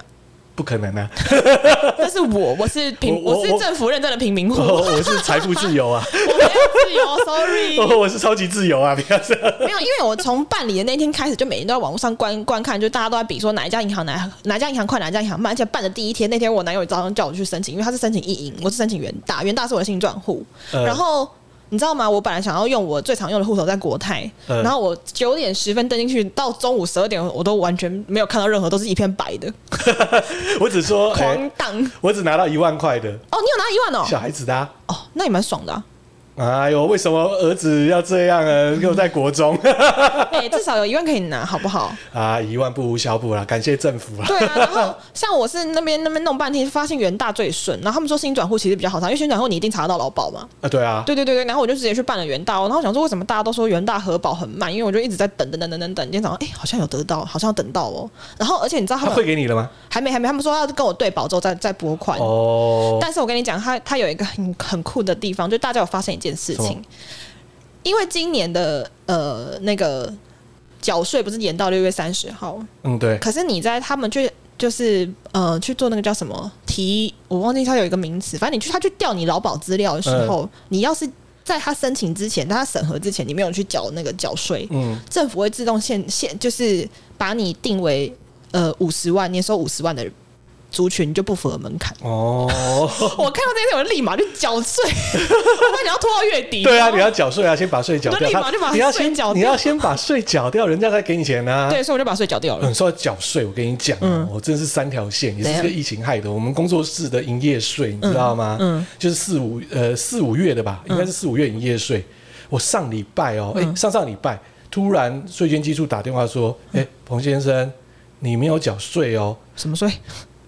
[SPEAKER 2] 不可能啊，
[SPEAKER 1] 但是我我是平
[SPEAKER 2] 我
[SPEAKER 1] 我
[SPEAKER 2] 我
[SPEAKER 1] 是政府认证的平民户，我
[SPEAKER 2] 哦我我是财富自 由啊，哦
[SPEAKER 1] 没有自由，sorry，
[SPEAKER 2] 我我是超级自由啊，不要这样，
[SPEAKER 1] 没有，因为我从办理的那天开始，就每天都在网络上观观看，就大家都在比说哪一家银行哪哪家银行快，哪家银行慢。而且办的第一天，那天我男友早上叫我去申请，因为他是申请意银，我是申请元大，元大是我的新账户。
[SPEAKER 2] 呃
[SPEAKER 1] 然后你知道吗？我本来想要用我最常用的户头在国泰，
[SPEAKER 2] 呃
[SPEAKER 1] 然后我九点十分登进去，到中午十二点我都完全没有看到任何，都是一片白的，
[SPEAKER 2] 我只说，
[SPEAKER 1] 狂
[SPEAKER 2] 哎，
[SPEAKER 1] 荡。
[SPEAKER 2] 我只拿到一万块的，
[SPEAKER 1] 哦，你有拿一万哦？
[SPEAKER 2] 小孩子的啊。
[SPEAKER 1] 哦，那也蛮爽的、啊。
[SPEAKER 2] 哎呦，为什么儿子要这样啊？又在国 中
[SPEAKER 1] 哎、至少有一万可以拿，好不好？
[SPEAKER 2] 啊，一万步无小补啦，感谢政府啦。
[SPEAKER 1] 对啊，然后像我是那边那边弄半天，发现元大最顺，然后他们说新转户其实比较好查，因为新转户你一定查得到劳保嘛。
[SPEAKER 2] 啊，对啊，
[SPEAKER 1] 对对对对，然后我就直接去办了元大哦，然后我想说为什么大家都说元大核保很慢，因为我就一直在等等等等等等，今天早上哎、好像有得到，好像有等到哦。然后而且你知道他
[SPEAKER 2] 他
[SPEAKER 1] 们
[SPEAKER 2] 会给你了吗？
[SPEAKER 1] 还没还没，他们说要跟我对保之后再再拨款。
[SPEAKER 2] 哦，
[SPEAKER 1] 但是我跟你讲，他他有一个很很酷的地方，就大家有发现一件事
[SPEAKER 2] 什
[SPEAKER 1] 情
[SPEAKER 2] 么，
[SPEAKER 1] 因为今年的呃那个缴税不是延到六月三十号，
[SPEAKER 2] 嗯，对，
[SPEAKER 1] 可是你在他们去就是呃去做那个叫什么提，我忘记他有一个名词，反正你去他去调你劳保资料的时候，
[SPEAKER 2] 嗯
[SPEAKER 1] 你要是在他申请之前，在他审核之前，你没有去缴那个缴税，
[SPEAKER 2] 嗯，
[SPEAKER 1] 政府会自动限限，就是把你定为呃五十万年收五十万的族群就不符合门槛。
[SPEAKER 2] 哦，
[SPEAKER 1] 我看到这些，我就立马去缴 税，我怕你要拖到月底。
[SPEAKER 2] 对啊，你要缴税啊，先把税缴掉，
[SPEAKER 1] 你就立马就把
[SPEAKER 2] 你要
[SPEAKER 1] 税
[SPEAKER 2] 先
[SPEAKER 1] 缴掉
[SPEAKER 2] 你要先把税缴掉，人家才给你钱啊。
[SPEAKER 1] 对，所以我就把税缴掉了。
[SPEAKER 2] 嗯，说到缴税，我跟你讲、
[SPEAKER 1] 嗯
[SPEAKER 2] 啊，我真的是三条线，也是这个
[SPEAKER 1] 怎样
[SPEAKER 2] 疫情害的。我们工作室的营业税，你知道吗？嗯，就是四五呃四五月的吧，
[SPEAKER 1] 嗯
[SPEAKER 2] 应该是四五月营业税。我上礼拜哦，哎、上上礼拜突然税捐基处打电话说，哎、
[SPEAKER 1] 嗯
[SPEAKER 2] 彭先生，你没有缴税哦，
[SPEAKER 1] 什么税？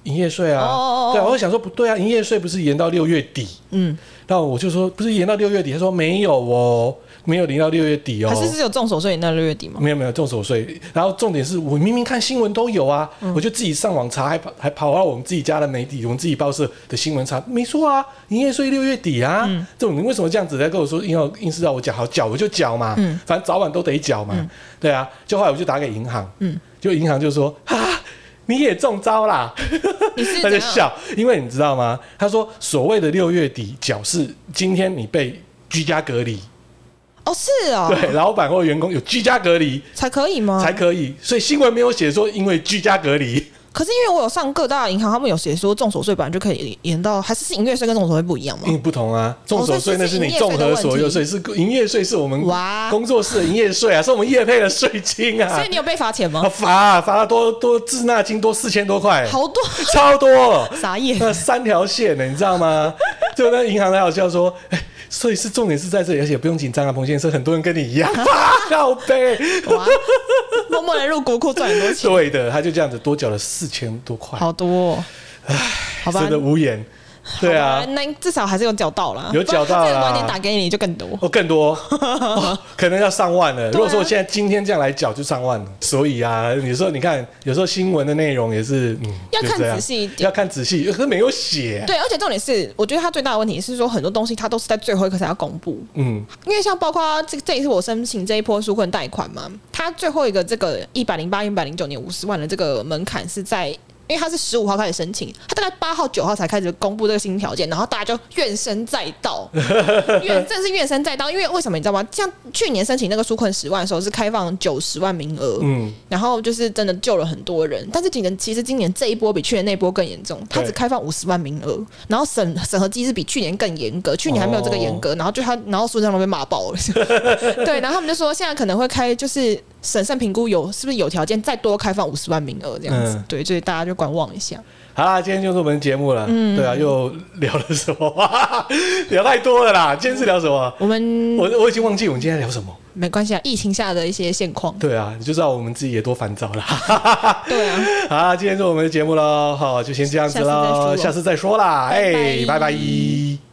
[SPEAKER 2] 营业税啊。
[SPEAKER 1] 哦哦哦
[SPEAKER 2] 对啊，我就想说不对啊，营业税不是延到六月底？
[SPEAKER 1] 嗯，
[SPEAKER 2] 那我就说不是延到六月底，他说没有哦，没有延到六月底哦。
[SPEAKER 1] 还是是有重手税？你那六月底吗？
[SPEAKER 2] 没有没有重手税，然后重点是我明明看新闻都有啊，我就自己上网查，还跑还跑到我们自己家的媒体，我们自己报社的新闻查，没错啊，营业税六月底啊，这种你为什么这样子在跟我说硬要硬是让我缴，好缴我就缴嘛，反正早晚都得缴嘛，对啊，就后来我就打给银行，就银行就说啊。你也中招啦！
[SPEAKER 1] 你是
[SPEAKER 2] 他就
[SPEAKER 1] 怎样？
[SPEAKER 2] 笑，因为你知道吗？他说所谓的六月底缴是今天你被居家隔离，
[SPEAKER 1] 哦，是哦，
[SPEAKER 2] 对，老板或员工有居家隔离，
[SPEAKER 1] 才可以吗？
[SPEAKER 2] 才可以。所以新闻没有写说因为居家隔离，
[SPEAKER 1] 可是因为我有上各大银行，他们有写说重手税本来就可以延到，还是是营业税跟重手税不一样吗？
[SPEAKER 2] 因为不同啊。重手税
[SPEAKER 1] 哦所以是
[SPEAKER 2] 那是你
[SPEAKER 1] 营业
[SPEAKER 2] 综
[SPEAKER 1] 税的
[SPEAKER 2] 合
[SPEAKER 1] 问题
[SPEAKER 2] 所有税，是营业税是我们
[SPEAKER 1] 哇
[SPEAKER 2] 工作室的营业税啊，是我们业配的税金啊
[SPEAKER 1] 所以。你有被罚钱吗
[SPEAKER 2] 啊？罚啊罚了多多滞纳金多四千多块，
[SPEAKER 1] 好多
[SPEAKER 2] 超多。
[SPEAKER 1] 傻眼，
[SPEAKER 2] 那三条线呢，你知道吗？就那银行很好笑说，哎所以是重点是在这里，而且不用紧张啊，彭先生，很多人跟你一 样，靠背。
[SPEAKER 1] 哇！默默的入国库赚很多钱，
[SPEAKER 2] 对的，他就这样子多缴了四千多 块，
[SPEAKER 1] 好多、哦。好吧
[SPEAKER 2] 真，的无言。对啊
[SPEAKER 1] 好吧，那至少还是有缴到啦，
[SPEAKER 2] 有缴到啦
[SPEAKER 1] 不然他这个晚点打给你就更多。
[SPEAKER 2] 哦，更多、哦可能要上万了。
[SPEAKER 1] 啊
[SPEAKER 2] 如果说我现在今天这样来缴，就上万了。所以啊，有时候你看，有时候新闻的内容也是，嗯，
[SPEAKER 1] 要看
[SPEAKER 2] 就这样
[SPEAKER 1] 仔细一点
[SPEAKER 2] 要看仔细，可是没有写。
[SPEAKER 1] 对，而且重点是，我觉得他最大的问题是说，很多东西他都是在最后一刻才要公布，
[SPEAKER 2] 嗯，
[SPEAKER 1] 因为像包括这这一次我申请这一波纾困贷款嘛，它最后一个这个一百零八、一百零九年五十万的这个门槛是在，因为它是十五号开始申请，它大概八号、九号才开始公布这个新条件，然后大家就怨声载道，怨真的是怨声载道，因为为什么你知道吗？像去年申请那个纾困十万的时候是开放九十万名额，
[SPEAKER 2] 嗯
[SPEAKER 1] 然后就是真的救了很多人，但是今年其实今年这一波比去年那一波更严重，它
[SPEAKER 2] 对
[SPEAKER 1] 只开放五十万名额，然后审审核机制比去年更严格，去年还没有 这个严格，然后就他，然后苏贞昌都被骂爆了，对，然后他们就说现在可能会开就是审慎评估有是不是有条件再多开放五十万名额这样子。
[SPEAKER 2] 嗯
[SPEAKER 1] 对，所以大家就观望一下。
[SPEAKER 2] 好啦，今天就是我们节目了。嗯，对啊，又聊了什么？ 聊太多了啦！今天是聊什么？
[SPEAKER 1] 我们
[SPEAKER 2] 我我已经忘记我们今天聊什么。
[SPEAKER 1] 没关系啊，疫情下的一些现况。
[SPEAKER 2] 对啊，你就知道我们自己也多烦躁啦。
[SPEAKER 1] 对啊，
[SPEAKER 2] 好啦，今天是我们的节目喽，好，就先这样子喽，
[SPEAKER 1] 下次再说
[SPEAKER 2] 下次再说啦，
[SPEAKER 1] 拜拜
[SPEAKER 2] 哎，拜拜